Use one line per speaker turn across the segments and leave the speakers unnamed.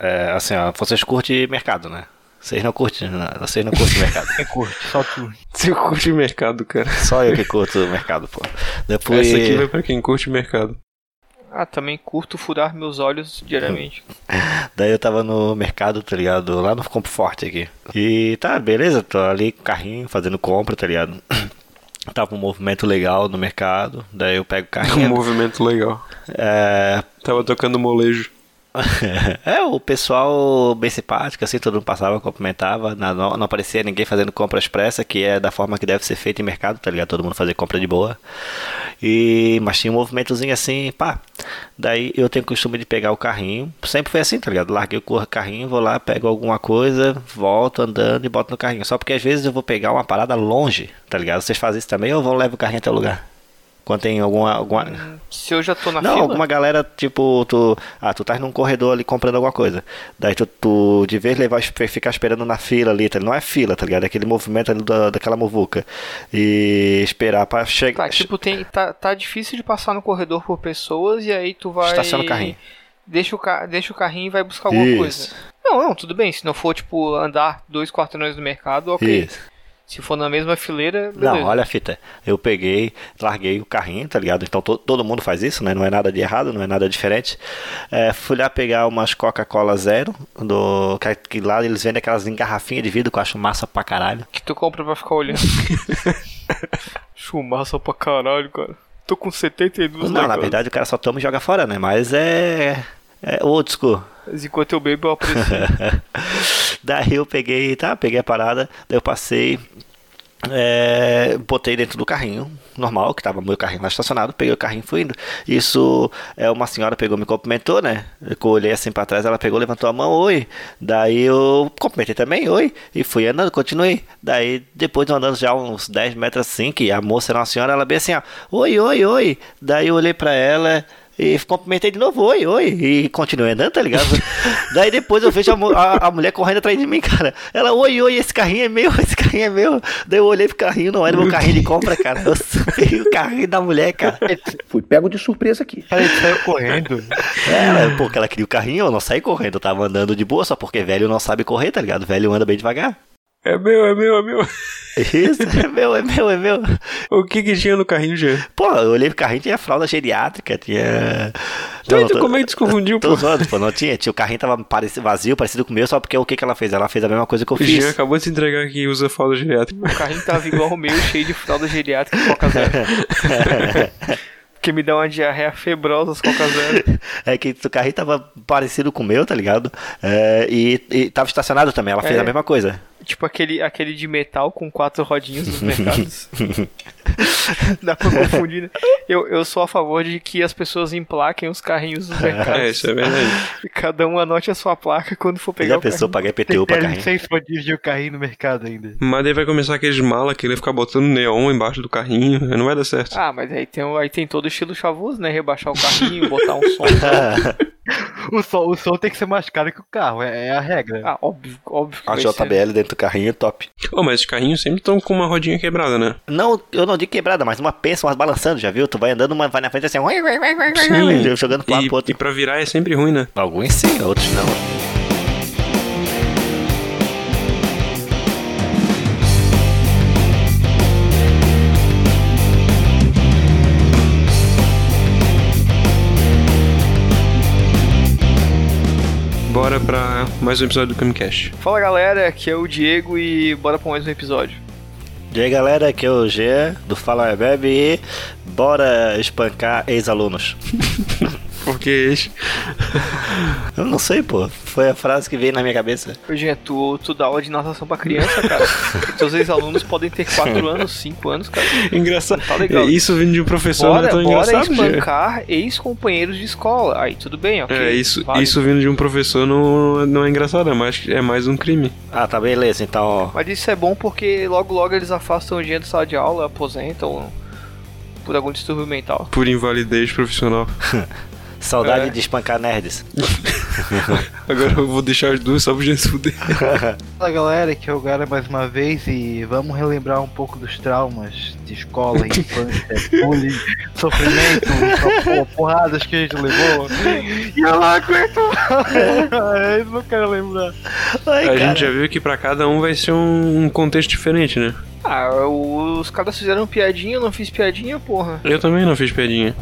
É, assim, ó, vocês curtem mercado, né? Vocês não curtem, não, vocês não curtem mercado.
Quem curte? Só tu.
Se eu curte mercado, cara.
Só eu que curto mercado, pô. Depois.
Essa aqui vai pra quem curte mercado.
Ah, também curto furar meus olhos diariamente.
Daí eu tava no mercado, tá ligado? Lá no Campo Forte aqui. E tá, beleza, tô ali com o carrinho fazendo compra, tá ligado? Tava um movimento legal no mercado. Daí eu pego o
Um
carrinho.
movimento legal.
É,
Tava tocando molejo.
é, o pessoal bem simpático, assim, todo mundo passava, cumprimentava. na- Não, não aparecia ninguém fazendo compra expressa, que é da forma que deve ser feito em mercado, tá ligado? Todo mundo fazer compra de boa. E, mas tinha um movimentozinho assim, pá. Daí eu tenho o costume de pegar o carrinho. Sempre foi assim, tá ligado? Larguei o cor- carrinho, vou lá, pego alguma coisa, volto andando e boto no carrinho. Só porque às vezes eu vou pegar uma parada longe, tá ligado? Vocês fazem isso também ou vão levar o carrinho até o lugar? Quando tem alguma. alguma...
Se eu já tô na
Não,
fila,
alguma galera, tipo, tu. Ah, tu tá num corredor ali comprando alguma coisa. Daí tu, tu de vez levar, ficar esperando na fila ali, tá? ligado? não é fila, tá ligado? É aquele movimento ali da, daquela muvuca. E esperar pra chegar.
tá, tipo, tem, tá, tá difícil de passar no corredor por pessoas e aí tu vai...
Estaciona o carrinho.
Deixa o, ca... deixa o carrinho e vai buscar alguma
Isso.
coisa. Não, não, tudo bem. Se não for, tipo, andar dois quarteirões do mercado, ok.
Isso.
Se for na mesma fileira, beleza.
Não, olha a fita. Eu peguei, larguei o carrinho, tá ligado? Então to- todo mundo faz isso, né? Não é nada de errado, não é nada diferente. É, fui lá pegar umas Coca-Cola Zero, do, que, que lá eles vendem aquelas em garrafinha de vidro que eu acho massa pra caralho.
Que tu compra pra ficar olhando. Chumaça pra caralho, cara. Tô com 72
Não,
né,
na
cara?
verdade o cara só toma e joga fora, né? Mas é. É old school.
Mas enquanto eu bebo, eu aprecio.
Daí eu peguei, tá? Peguei a parada, daí eu passei. é, botei dentro do carrinho normal, que tava meu carrinho lá estacionado, peguei o carrinho e fui indo. Isso é uma senhora pegou, me cumprimentou, né? Eu olhei assim pra trás, ela pegou, levantou a mão, oi. Daí eu cumprimentei também, oi. E fui andando, continuei. Daí depois de eu andando já uns 10 metros assim, que a moça era uma senhora, ela bem assim, ó, oi, oi, oi. Daí eu olhei pra ela. E cumprimentei de novo, oi, oi, e continuei andando, tá ligado? Daí depois eu vejo a, mu- a- a mulher correndo atrás de mim, cara. Ela, oi, oi, esse carrinho é meu, esse carrinho é meu. Daí eu olhei pro carrinho, não era meu carrinho de compra, cara. Eu subi o carrinho da mulher, cara.
É, Fui pego de surpresa aqui.
Cara, ele saiu correndo.
Ela, É, pô, que ela queria o carrinho, eu não saí correndo, eu tava andando de boa, só porque velho não sabe correr, tá ligado? Velho anda bem devagar.
É meu, é meu, é meu.
Isso, é meu, é meu, é meu.
O que que tinha no carrinho, Jean?
Pô, eu olhei pro carrinho, tinha fralda geriátrica, tinha.
Tá,
Não,
então
tô-
como é que tu confundiu,
Tô
pô?
zoando, pô, não tinha, tinha. O carrinho tava parecido, vazio, parecido com o meu, só porque o que, que ela fez? Ela fez a mesma coisa que eu
O Jean
fiz.
acabou de se entregar aqui e usa fralda geriátrica.
O carrinho tava igual o meu, cheio de fralda geriátrica e coca zero. Porque me dá uma diarreia febrosa as coca zero.
É que o carrinho tava parecido com o meu, tá ligado? É, e, e tava estacionado também, ela fez
É.
a mesma coisa.
Tipo aquele, aquele de metal com quatro rodinhas nos mercados. dá pra confundir, né? Eu, eu sou a favor de que as pessoas emplaquem os carrinhos nos mercados.
É, isso é verdade.
E Cada um anote a sua placa quando for
Pegar
pegar
a
o carrinho.
pessoa pagar IPTU pra carrinho.
licença pra dirigir o carrinho no mercado ainda.
Mas daí vai começar aqueles mala que ele ficar botando neon embaixo do carrinho. Não vai dar certo.
Ah, mas aí tem, aí tem todo o estilo chavoso, né? Rebaixar o carrinho, botar um som.
O som, o som tem que ser mais caro que o carro, é, é a regra.
Ah, óbvio, óbvio que
A
vai ser.
JBL dentro do carrinho, top.
Ô, mas os carrinhos sempre estão com uma rodinha quebrada, né?
Não, eu não digo quebrada, mas uma pensa, umas balançando, já viu? Tu vai andando, uma vai na frente assim, ui, ui, ui, ui, ui, ui, jogando pro lado
e,
pro
e
outro.
pra virar é sempre ruim, né?
Alguns sim, outros não.
Bora pra mais um episódio do Camcast.
Fala galera, aqui é o Diego e bora pra mais um episódio.
E aí galera, aqui é o G do Fala Web Web e bora espancar ex-alunos.
Porque esse-
Eu não sei, pô. Foi a frase que veio na minha cabeça.
Hoje tu, tu dá aula de natação pra criança, cara. E Teus ex-alunos podem ter 4 anos, 5 anos, cara.
engraçado.
Não tá legal.
Isso vindo de um professor não
Bora,
é tão
bora
engraçado, Jean.
espancar ex-companheiros de escola. Aí tudo bem, ok.
É, isso,
Vale.
isso vindo de um professor não, não é engraçado, é mais, é mais um crime.
Ah, tá, beleza. Então,
Mas isso é bom porque logo logo eles afastam o dinheiro da sala de aula, aposentam por algum distúrbio mental.
Por invalidez profissional.
Saudade
É.
de espancar nerds.
Agora eu vou deixar as duas só pra gente se fuder.
Fala galera, aqui é o Gara mais uma vez e vamos relembrar um pouco dos traumas de escola, infância, bullying, sofrimento, por- porradas que a gente levou. E eu não aguento mais, eu não quero lembrar.
Ai,
A
cara.
gente já viu que pra cada um vai ser um, um contexto diferente, né?
Ah, os caras fizeram piadinha, eu não fiz piadinha, porra.
Eu também não fiz piadinha.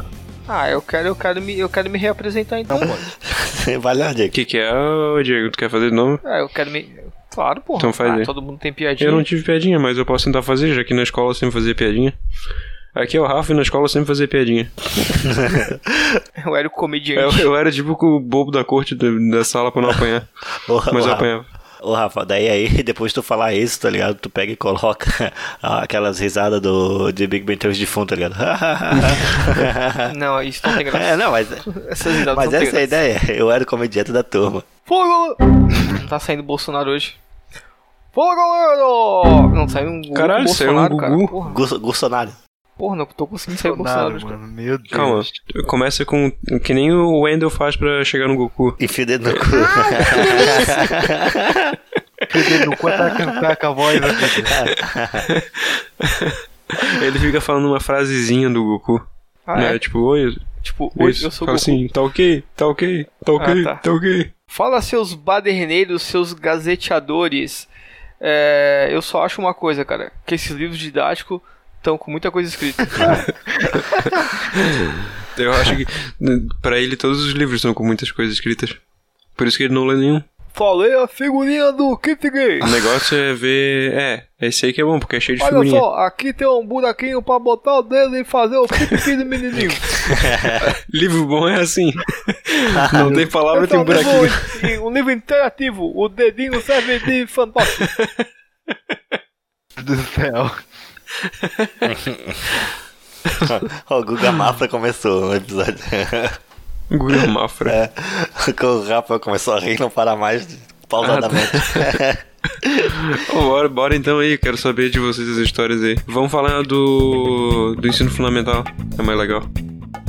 Ah, eu quero, eu quero me, eu quero me reapresentar então.
Vai lá,
O
Diego.
que, que é, ô, Diego? Tu quer fazer de novo?
ah, eu quero me. Claro, porra.
Então faz
Ah,
aí.
todo mundo tem piadinha.
Eu não tive piadinha, mas eu posso tentar fazer, já que na escola eu sempre fazia piadinha. Aqui é o Rafa e na escola eu sempre fazia piadinha.
Eu era o comediante.
Eu, eu era tipo o bobo da corte da, da sala pra não apanhar.
Ô,
Tá
Mas
ô,
eu
Rafa,
apanhava.
ô, Rafa, daí aí, depois tu falar isso, tá ligado? Tu pega e coloca aquelas risadas do, de Big Ben Theory de fundo, tá ligado?
Não, isso não tem graça.
é, não, mas,
Essas idades
mas
não
essa é
tem
a
graça.
ideia. Eu era o comediante da turma.
Fogo! Não tá saindo Bolsonaro hoje. Fogo! Euro! Não, saiu um Gugu
Caralho,
com
saiu um
Bolsonaro,
Gugu.
cara. Porra,
Gus- Gussonaro.
porra, não tô conseguindo sair Bolsonaro
Bolsonaro,
hoje, cara.
mano, meu Deus.
Calma, começa com. Que nem o Wendel faz pra chegar no Goku.
Enfia o dedo no cu.
Cadê tá no quanto ela cantar com a voz aqui?
Ele fica falando uma frasezinha do Goku.
Ah,
né?
é?
Tipo, oi.
Tipo, hoje
Isso.
eu sou
Fala
Goku.
assim, tá ok, tá ok, tá ok,
tá.
tá ok.
Fala seus baderneiros, seus gazeteadores. É, eu só acho uma coisa, cara, que esses livros didáticos estão com muita coisa escrita.
Eu acho que né, pra ele todos os livros estão com muitas coisas escritas. Por isso que ele não lê nenhum.
Falei a figurinha do Kit Gay.
O negócio é ver. É, esse aí que é bom, porque é cheio de
Olha
figurinha.
só, aqui tem um buraquinho pra botar o dedo e fazer o pipipi do menininho.
Livro bom é assim. não tem palavra, tem um
Então,
buraquinho.
livro- um livro interativo, o dedinho serve de fantástico.
Meu Deus do céu.
Ó, o Guga Mafra começou o episódio.
Guga Mafra.
É, o Rafa começou a rir e não para mais
Ah,
pausadamente.
Ô, bora, bora então aí, quero saber de vocês as histórias aí. Vamos falar do, do ensino fundamental, é mais legal.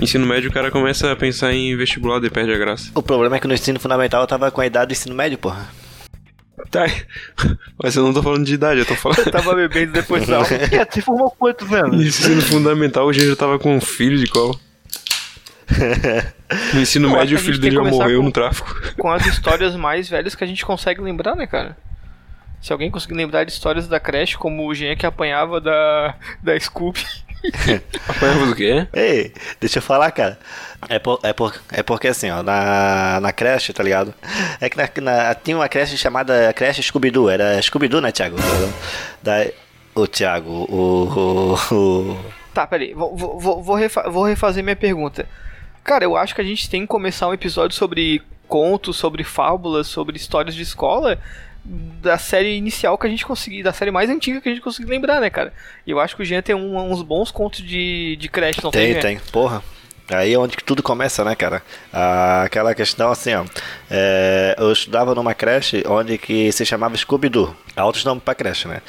Ensino médio o cara começa a pensar em vestibular e perde a graça.
O problema é que no ensino fundamental eu tava com a idade do ensino médio, porra.
Tá, mas eu não tô falando de idade, eu tô falando
Tava bebendo depois da aula.
É, você formou quantos anos?
de ensino fundamental, hoje eu já tava com um filho de cola. No ensino
Eu acho
médio o
que a gente
filho
tem
dele já
que começar
morreu
com-
no tráfico.
Com as histórias mais velhas que a gente consegue lembrar, né, cara? Se alguém conseguir lembrar de histórias da creche, como o Jean que apanhava da, da Scoop.
Apanhava do quê?
Ei, deixa eu falar, cara. É, por, é, por, é porque assim, ó, na, na creche, tá ligado? É que na, na- tinha uma creche chamada Creche Scooby-Doo. Era Scooby-Doo, né, Thiago? Daí, o Thiago, o. o, o-
Tá, peraí, vou, vou, vou- vou refa- vou refazer minha pergunta. Cara, eu acho que a gente tem que começar um episódio sobre contos, sobre fábulas, sobre histórias de escola da série inicial que a gente conseguir, da série mais antiga que a gente conseguir lembrar, né, cara? E eu acho que o Jean tem um- uns bons contos de, de creche, não tem?
Tem,
né?
tem. Porra. Aí é onde que tudo começa, né, cara? Ah, Aquela questão assim, ó. É, eu estudava numa creche onde que se chamava Scooby-Doo. Altos nomes pra creche, né?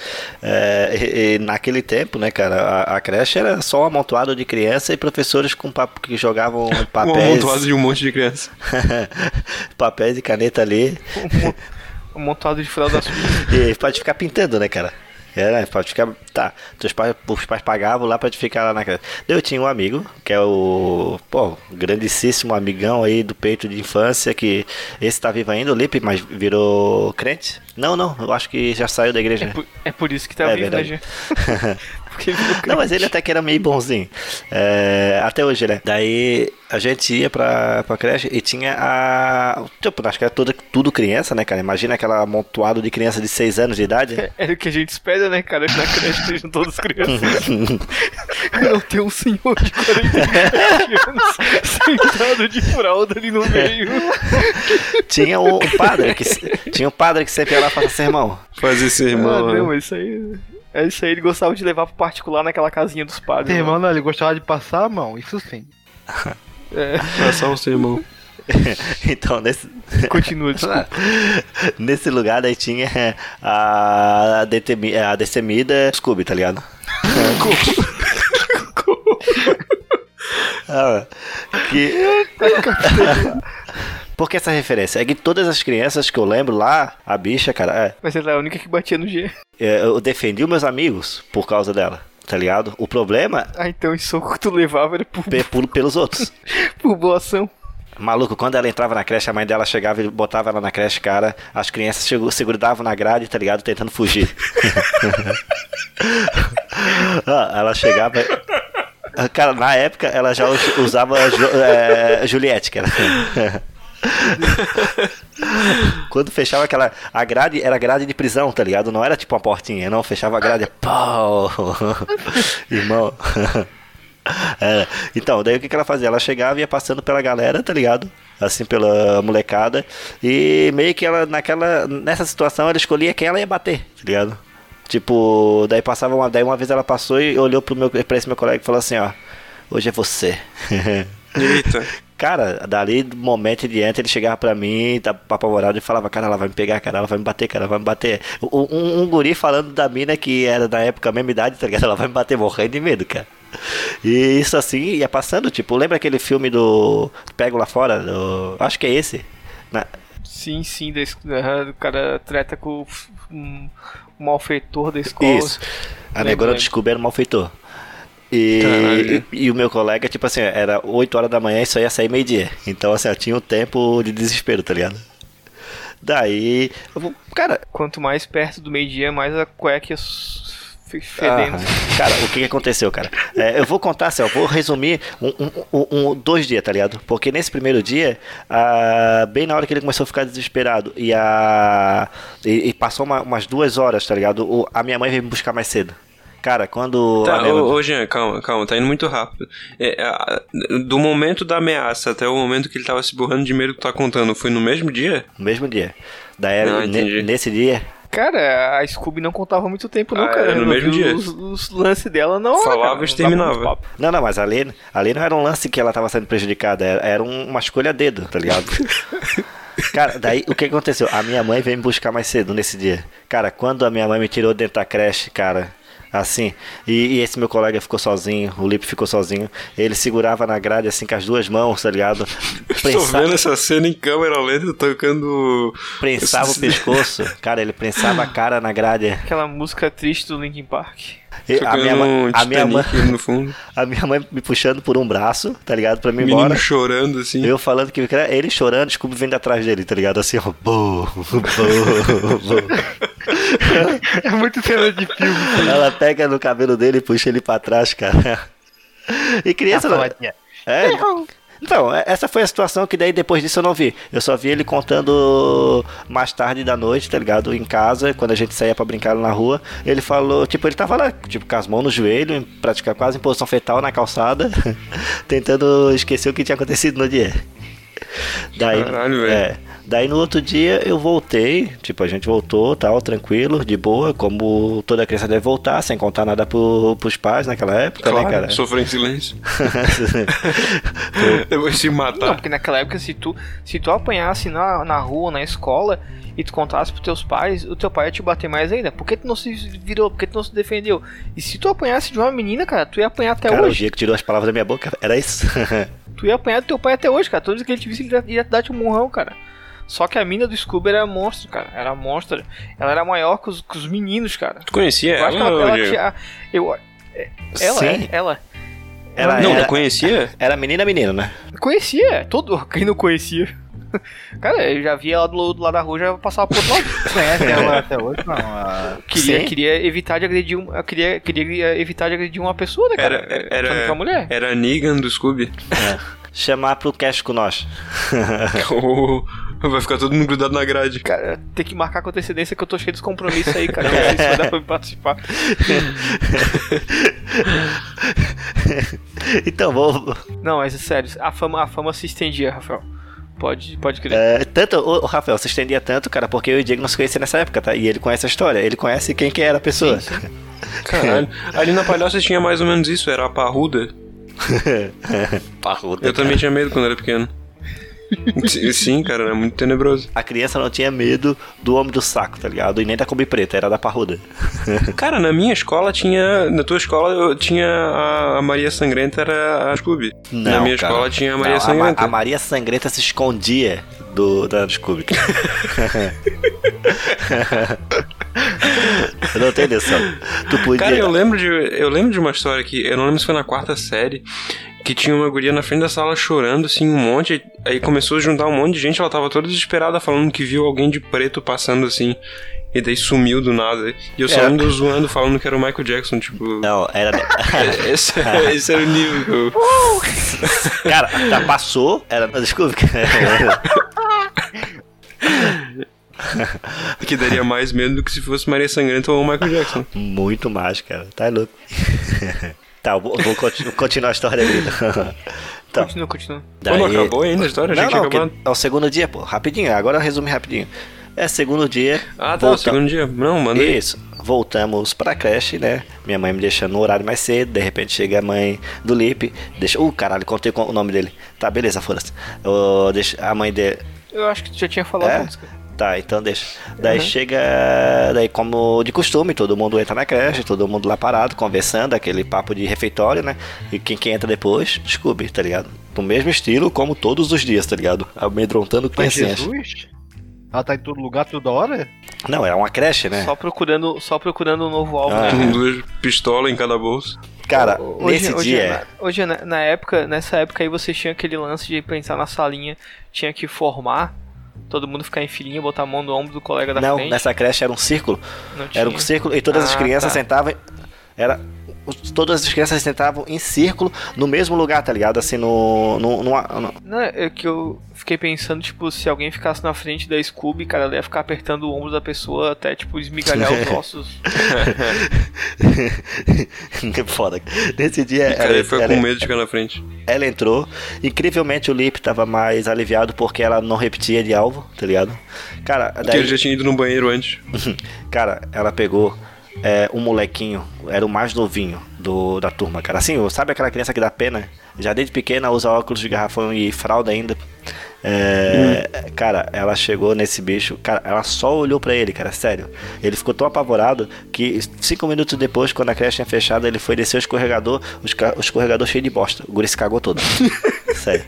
É, e, e naquele tempo, né, cara, a, a creche era só um amontoado de criança e professores com papo que jogavam
Um
papéis,
amontoado de um monte de criança.
papéis e caneta ali
Um mon- Um montado de fralda azul.
E pode ficar pintando, né, cara? Era, pode ficar. Tá. Teus pais, os pais pagavam lá pra te ficar lá na casa. Daí Eu tinha um amigo, que é o. Pô, grandíssimo amigão aí do peito de infância, que esse tá vivo ainda, o Lipe, mas virou crente. Não, não, eu acho que já saiu da igreja.
É
né?
por, é por isso que tá
É
vivo, né,
verdade.
Jean? Porque ele é ficou
Não, mas ele até que era meio bonzinho. É, até hoje, né? Daí a gente ia pra, pra creche e tinha a. Tipo, acho que era tudo, tudo criança, né, cara? Imagina aquela amontoado de criança de 6 anos de idade.
É o que a gente espera, né, cara? Na creche sejam todas crianças. Não tem um senhor de 47 anos sentado de fralda ali no meio.
Tinha um, um padre que se- tinha um padre que sempre ia lá fazer sermão.
Fazer esse irmão.
ah,
né?
não, mas isso aí. É isso aí, ele gostava de levar pro particular naquela casinha dos padres.
Seu irmão, não, ele gostava de passar a mão, isso sim.
né?
Era só o seu irmão.
Então nesse
É, continua, desculpa.
nesse lugar aí tinha a detemi, a destemida Scooby, tá ligado? Ah, que... Por que essa referência? É que todas as crianças que eu lembro lá, a bicha, cara, é,
Mas ela é a única que batia no G.
é, eu defendi os meus amigos por causa dela, tá ligado? O problema
Ah, então esse soco que tu levava era por,
é por- pelos outros.
por boa ação.
Maluco, quando ela entrava na creche, a mãe dela chegava e botava ela na creche, cara. As crianças chegou, seguravam na grade, tá ligado? Tentando fugir. Ah, ela chegava. Ah, Cara, na época ela já us- usava Ju, é, Juliette, cara. Quando fechava aquela. A grade era grade de prisão, tá ligado? Não era tipo uma portinha, não. Fechava a grade. Pau! Irmão. É, então, daí o que, que ela fazia? Ela chegava e ia passando pela galera, tá ligado? Assim, pela molecada. E meio que ela, naquela, nessa situação, ela escolhia quem ela ia bater, tá ligado? Tipo, daí passava uma. Daí uma vez ela passou e olhou pro meu, pra esse meu colega e falou assim, ó. Hoje é você.
Eita.
Cara, dali do momento em diante ele chegava pra mim, tá apavorado e falava, cara, ela vai me pegar, cara, ela vai me bater, cara, ela vai me bater. Um, um- um guri falando da mina que era na época a mesma idade, tá ligado? Ela vai me bater morrendo de medo, cara. E isso assim ia passando, tipo, lembra aquele filme do Pego lá fora? do- Acho que é esse. Na-
Sim, sim, da es- aham, o cara treta com o f- um, um malfeitor da escola.
Isso. A
Lembro,
negona
lembro.
descobriu um malfeitor. E,
Caralho.
e, e o meu colega, tipo assim, era 8 horas da manhã e só ia sair meio-dia. Então, assim, eu tinha um tempo de desespero, tá ligado? Daí, eu vou- cara,
Quanto mais perto do meio-dia, mais a cueca ia s- fe- fedendo.
ah, cara, o que que aconteceu, cara? É, eu vou contar, assim, eu vou resumir um, um- um- um- dois dias, tá ligado? Porque nesse primeiro dia, ah, bem na hora que ele começou a ficar desesperado e, a, e, e passou uma- umas duas horas, tá ligado? O- a minha mãe veio me buscar mais cedo. Cara, quando. a
Tá,
minha mãe-
ô, ô Jean, calma, calma, tá indo muito rápido. É, a- do momento da ameaça até o momento que ele tava se borrando de medo que tu tá contando, foi no mesmo dia?
No mesmo dia. Daí,
Não,
ne-
entendi.
nesse dia,
Cara, a Scooby não contava muito tempo, não,
Ah,
cara.
era no
Eu
mesmo
vi
dia.
Os, os lances dela não. né,
Falava e exterminava.
Não, não, mas ali, ali não era um lance que ela tava sendo prejudicada, era, era um- uma escolha a dedo, tá ligado? Cara, daí o que aconteceu? A minha mãe veio me buscar mais cedo nesse dia. Cara, quando a minha mãe me tirou dentro da creche, cara, assim, e, e esse meu colega ficou sozinho, o Lipe ficou sozinho, ele segurava na grade assim com as duas mãos, tá ligado?
Tô
Prensa-
vendo essa cena em câmera lenta tocando.
prensava o pescoço, cara, ele prensava a cara na grade.
Aquela música triste do Linkin Park.
E a minha, mãe-
tocando
a minha mãe,
um Titanic no fundo.
a minha mãe me puxando por um braço, tá ligado? Pra mim ir
Menino
embora.
chorando assim.
Eu falando que ele chorando, Scooby vindo atrás dele, tá ligado? Assim, ó. Bô, bô, bô.
É muito cena de filme.
Ela pega no cabelo dele e puxa ele pra trás, cara. E criança.
Tá
não- É. Então, é- essa foi a situação que daí depois disso eu não vi. Eu só vi ele contando mais tarde da noite, tá ligado? Em casa, quando a gente saía pra brincar na rua. Ele falou, tipo, ele tava lá, tipo, com as mãos no joelho, em- praticar quase em posição fetal na calçada, tentando esquecer o que tinha acontecido no dia. Daí,
Caralho, velho.
é, daí no outro dia eu voltei, tipo, a gente voltou, tal, tranquilo, de boa, como toda criança deve voltar, sem contar nada pro, pros pais naquela época, né, cara?
Claro, sofrendo silêncio. Depois se
Não,
matar.
porque naquela época, se tu, se tu apanhasse na, na rua, na escola, e tu contasse pros teus pais, o teu pai ia te bater mais ainda. Por que tu não se virou? Por que tu não se defendeu? E se tu apanhasse de uma menina, cara, tu ia apanhar até
Cara, o
hoje.
dia que tirou as palavras da minha boca, era isso.
Tu ia apanhar do teu pai até hoje, cara. Toda vez que ele te visse, ele ia- ia dar-te um murrão, cara. Só que a mina do Scooby era monstro, cara. Era monstro. Ela era maior que os, que os meninos, cara.
Tu conhecia
Eu acho
ela?
que ela, ela
Diego?
tinha- Eu, ela,
Sim.
ela.
Ela,
Não,
Ah,
é
era,
tu conhecia?
era menina, menino, né?
Conhecia, todo. Quem não conhecia? Cara, eu já via ela do, do lado da rua, já passava por outro lado.
Tu conhece ela até hoje? Não, a-
queria,
Sim.
queria evitar de agredir um, queria, queria evitar de agredir uma pessoa, né, cara?
Era- era-
Sendo que é uma mulher.
Era a Negan do Scooby.
Chamar pro cash com nós. Tá.
Ou vai ficar todo mundo grudado na grade.
Cara, tem que marcar com antecedência que eu tô cheio de compromisso aí, cara. Não sei se vai dar pra eu participar.
então, vou.
Não, mas é sério, a fama, a fama se estendia, Rafael. Pode, pode crer.
é, tanto, o, Rafael se estendia tanto, cara, porque eu e o Diego não se conheciam nessa época, tá? E ele conhece a história, ele conhece quem que era a pessoa.
Caralho. Ali na palhoça tinha mais ou menos isso, era a parruda.
Parruda.
Eu também tinha medo quando era pequeno. Sim, Sim, cara, é muito tenebroso.
A criança não tinha medo do homem do saco, tá ligado? E nem da Kombi preta, era da parruda.
Cara, na minha escola tinha. Na tua escola eu tinha a, a Maria Sangrenta, era a Scooby.
Não,
na minha
cara.
escola tinha a Maria
Não, a Ma-
Sangrenta.
A, Maria Sangrenta se escondia do, da Scooby. Eu não tenho noção. Tu podia.
Cara, eu lembro, de, eu lembro de uma história que, eu não lembro se foi na quarta série, que tinha uma guria na frente da sala chorando, assim, um monte, aí começou a juntar um monte de gente, ela tava toda desesperada falando que viu alguém de preto passando, assim, e daí sumiu do nada. E eu só
É.
ando zoando, falando que era o Michael Jackson, tipo...
Não, era. É,
Esse, esse era o nível que eu...
Cara, já passou, era da Scooby.
que daria mais medo do que se fosse Maria Sangrenta ou o Michael Jackson.
Muito mais, cara. Tá louco. Tá, eu vou, vou continu- continuar a história dele. Então,
Continua, continua.
Pô, não acabou ainda a história? Já
Não,
tinha
não, que
acabado.
é o segundo dia, pô. Rapidinho, agora eu resumo rapidinho. É segundo dia.
Ah, tá, o
volta-
segundo dia. né? Não, manda aí.
Isso. Voltamos pra creche, né? Minha mãe me deixando no horário mais cedo. De repente chega a mãe do Lipe. Deixa. Uh, caralho, contei com- o nome dele. Tá, beleza, foda-se. Ô, deixa- A mãe dele.
Eu acho que tu já tinha falado
É?
antes, cara.
Tá, então deixa. Daí
Uhum.
chega. Daí, como de costume, todo mundo entra na creche, todo mundo lá parado, conversando, aquele papo de refeitório, né? E quem, quem entra depois, Scooby, tá ligado? Do mesmo estilo, como todos os dias, tá ligado? Amedrontando
Mas
criancinhas.
Jesus? Ela tá em todo lugar, toda hora?
Não, era uma creche, né?
Só procurando, só procurando um novo alvo.
Ah.
né?
Com duas pistolas em cada bolso.
Cara,
Hoje,
nesse
hoje, é
dia. é.
na- hoje na, na época, nessa época aí você tinha aquele lance de pensar na salinha, tinha que formar, todo mundo ficar em filinha, botar a mão no ombro do colega da
Não,
frente.
nessa creche era um círculo.
Não tinha.
Era um círculo e todas as
Ah,
crianças
tá.
sentavam. Era, os- todas as crianças sentavam em círculo no mesmo lugar, tá ligado? Assim, no. no, numa- no-
Não, é que eu fiquei pensando, tipo, se alguém ficasse na frente da Scooby, cara, ela ia ficar apertando o ombro da pessoa até, tipo, esmigalhar os ossos.
que É foda. Nesse dia.
Cara, ele foi
ela,
com medo de ficar na frente.
ela entrou. Incrivelmente o Lip tava mais aliviado porque ela não repetia de alvo, tá ligado? Cara,
Porque
daí.
ele já tinha ido no banheiro antes.
Cara, ela pegou é, um molequinho, era o mais novinho do, da turma, cara. Assim, sabe aquela criança que dá pena? Já desde pequena usa óculos de garrafão e fralda ainda. É, Cara, ela chegou nesse bicho, cara, ela só olhou pra ele, cara, sério. Ele ficou tão apavorado que cinco minutos depois, quando a creche tinha fechado, ele foi descer o escorregador, o esca- o escorregador cheio de bosta. O guri se cagou todo. sério.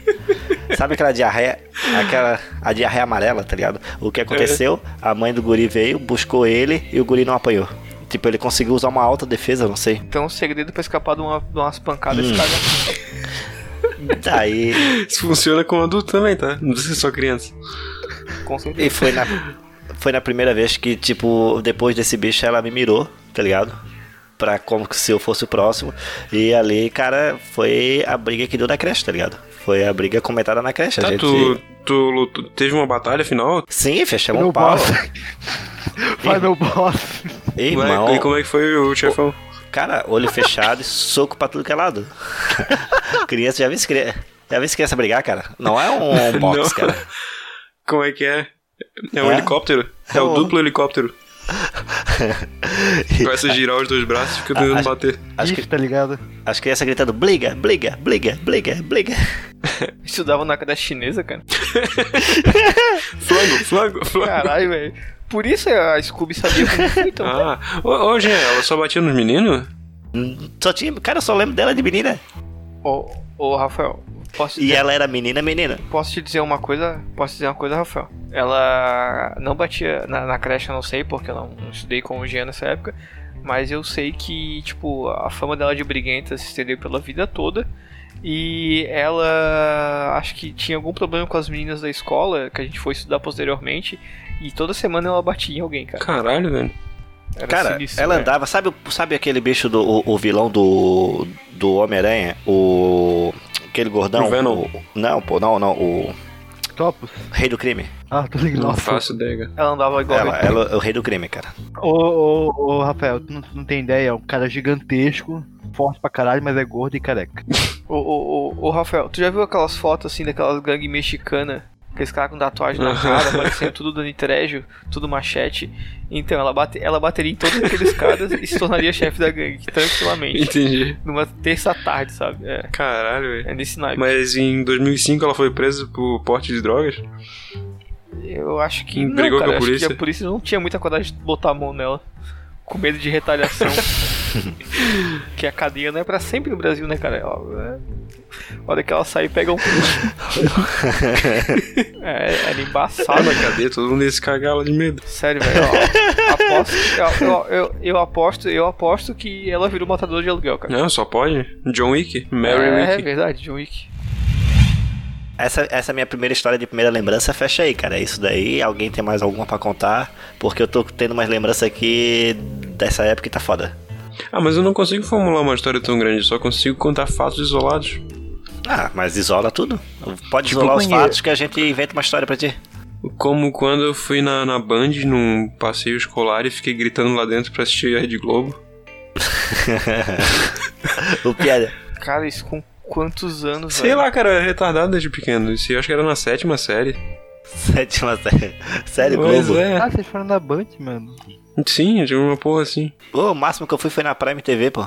Sabe aquela diarreia, aquela a diarreia amarela, tá ligado? O que aconteceu? A mãe do guri veio, buscou ele e o guri não apanhou. Tipo, ele conseguiu usar uma alta defesa, não sei.
Então o segredo pra escapar de, uma, de umas pancadas
Hum.
é se cagar.
Daí
Isso funciona com adulto também, tá? Não precisa ser só criança.
Com certeza.
E foi na, foi na primeira vez que, tipo, depois desse bicho ela me mirou, tá ligado? Pra como que se eu fosse o próximo. E ali, cara, foi a briga que deu na creche, tá ligado? Foi a briga comentada na creche. a
Tá,
gente...
tu, tu, lutou- teve uma batalha final?
Sim, fechamos
Meu
o pau.
boss. Vai, meu boss.
Irmão,
Ué, E como é que foi o chefão?
cara, olho fechado e soco pra tudo que é lado. criança, já vi se criança. Já vi se criança brigar, cara? Não é um box,
Não.
cara.
Como é que é? É um
É?
helicóptero? É o
É um-
duplo helicóptero. Começa a girar os dois braços e fica tentando bater.
Acho
Acho
que-
tá ligado?
As crianças gritando, briga, briga, briga, briga, briga.
Estudava na casa chinesa, cara.
Flango, flango, flango.
Caralho, velho. Por isso a Scooby sabia como foi, então.
Ah, ô, ô Jean, ela só batia nos meninos?
Só tinha. Cara, eu só lembro dela de menina.
Ô, ô, Rafael, posso
E
dizer,
ela era menina, menina.
posso te dizer uma coisa? Posso dizer uma coisa, Rafael? Ela não batia na, na creche, eu não sei, porque eu não, não estudei com o Jean nessa época. Mas eu sei que, tipo, a fama dela de briguenta se estendeu pela vida toda. E ela acho que tinha algum problema com as meninas da escola, que a gente foi estudar posteriormente. E toda semana ela batia em alguém, cara.
Caralho, velho.
Era
Cara,
sinistro,
ela
né?
andava, sabe, o- sabe aquele bicho do o, o vilão do do Homem-Aranha, o aquele gordão?
O Venom.
o- não, pô, não, não, o
Topos?
Rei do Crime.
Ah, tô ligado.
Não faço ideia. cara.
Ela andava igual.
Ela, ela é o Rei do Crime, cara.
Ô, ô, ô, Rafael, tu não, tu não tem ideia, é um cara gigantesco, forte pra caralho, mas é gordo e careca.
Ô, ô, ô, ô, Rafael, tu já viu aquelas fotos assim daquelas gangue mexicana Aqueles caras com tatuagem na cara, parecendo tudo Dani Trejo, tudo machete. Então, ela, bate, ela bateria em todos aqueles caras e se tornaria chefe da gangue, tranquilamente.
Entendi.
Numa terça-tarde, sabe? É,
Caralho, velho.
é nesse naipe.
Mas em 2005 ela foi presa por porte de drogas?
Eu acho que não,
Brigou
cara. eu
com a
acho que
polícia?
a polícia não tinha muita coragem de botar a mão nela. Com medo de retaliação. que a cadeia não é pra sempre no Brasil, né, cara? Ela, é... A hora que ela sair, pega um. é, era
Ah,
embaçado.
na cadeia, todo mundo ia se cagar lá de medo.
Sério, velho. ó, Aposto, eu, eu, eu, eu aposto, eu aposto que ela virou matador de aluguel, cara.
Não, só pode. John Wick, Mary
é,
Wick.
verdade, John Wick.
Essa, essa minha primeira história de primeira lembrança fecha aí, cara. É Isso daí, alguém tem mais alguma pra contar? Porque eu tô tendo umas lembranças aqui dessa época que tá foda.
Ah, mas eu não consigo formular uma história tão grande, eu só consigo contar fatos isolados.
Ah, mas isola tudo. Pode
Tipo
isolar os
banheiro.
fatos que a gente inventa uma história pra ti.
Como quando eu fui na, na Band num passeio escolar e fiquei gritando lá dentro pra assistir a Rede Globo.
O piada.
Cara, isso com quantos anos,
Sei
velho?
lá, cara, eu era retardado desde pequeno. Isso eu acho que era na sétima série.
Sétima série. Série
pois
Globo.
é.
Ah, vocês foram na Band, mano.
Sim, eu tinha uma porra assim.
Ô, o máximo que eu fui foi na Prime TV, pô.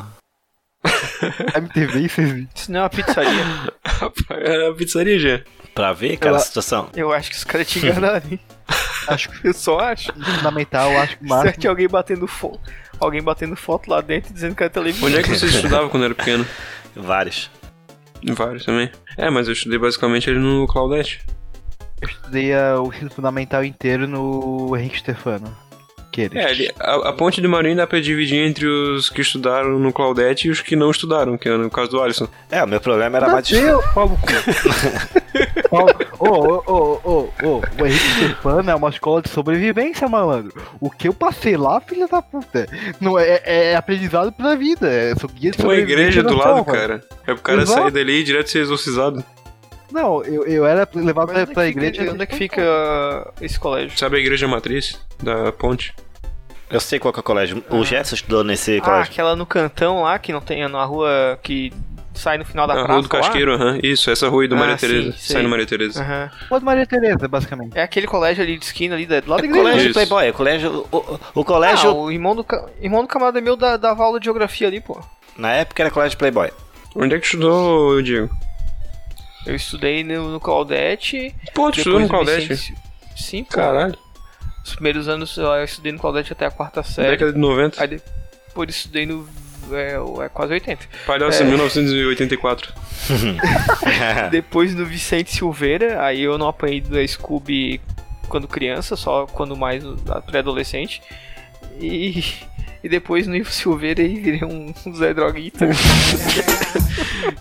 MTV, vocês
Isso não é uma pizzaria.
era a pizzaria já.
Pra ver, cara,
Ela-
a situação.
Eu acho que os caras te enganaram, hein?
Acho
Eu só acho.
No fundamental, eu acho que o
Será
máximo.
que alguém batendo foto. Alguém batendo foto lá dentro e dizendo que era televisão.
Onde é que você estudava quando era pequeno?
Vários.
Em Vários também. É, mas eu estudei basicamente ali no Claudete.
Eu estudei ah, o ensino fundamental inteiro no Henrique Stefano. Queres.
É, ali, a, a ponte do Marinho dá pra dividir entre os que estudaram no Claudete e os que não estudaram, que é no caso do Alisson.
É, o meu problema era mais.
Brasil, pau no cu. Pau- Ô, ô, ô, ô, ô, o Henrique Stefano é uma escola de sobrevivência, malandro. O que eu passei lá, filha da puta, não é, é aprendizado pela vida. É sou guia de
Tem uma igreja
sobrevivência
do
na
lado,
selva.
cara. É pro cara
Exato.
sair dali e direto ser exorcizado.
Não, eu, eu era levado pra, pra igreja.
Onde é que fica esse colégio?
Sabe a igreja matriz da ponte?
Eu sei qual que é o colégio. O Gerson estudou nesse
Ah,
colégio.
aquela no cantão lá, que não tem na rua que sai no final da
a
praça.
rua do
lá?
Casqueiro, aham. Isso, essa rua aí do
Ah,
Maria
sim, sei.
Tereza.
Ah.
Sai no Maria Tereza.
Aham.
Pô, de Maria Tereza, basicamente.
É aquele colégio ali de esquina ali, da- do lado da
É
igreja.
colégio
Isso.
Playboy, é colégio. O, o- o
Ah,
colégio.
o irmão do, ca- irmão do camarada meu da- dava aula de geografia ali, pô.
Na época era colégio Playboy.
Onde é que estudou, Diego?
Eu estudei no, no Claudete.
Pô, tu estudou
depois
no Claudete?
Vicente- Sim, pô.
Caralho.
Os primeiros anos eu estudei no Claudete até a quarta série.
Década de 90.
Aí depois estudei no. É, é quase 80.
Palhaço
É.
1984.
Depois no Vicente Silveira, aí eu não apanhei da Scooby quando criança, só quando mais na pré-adolescente. E, e depois no Ivo Silveira e virei um, um Zé Droguita.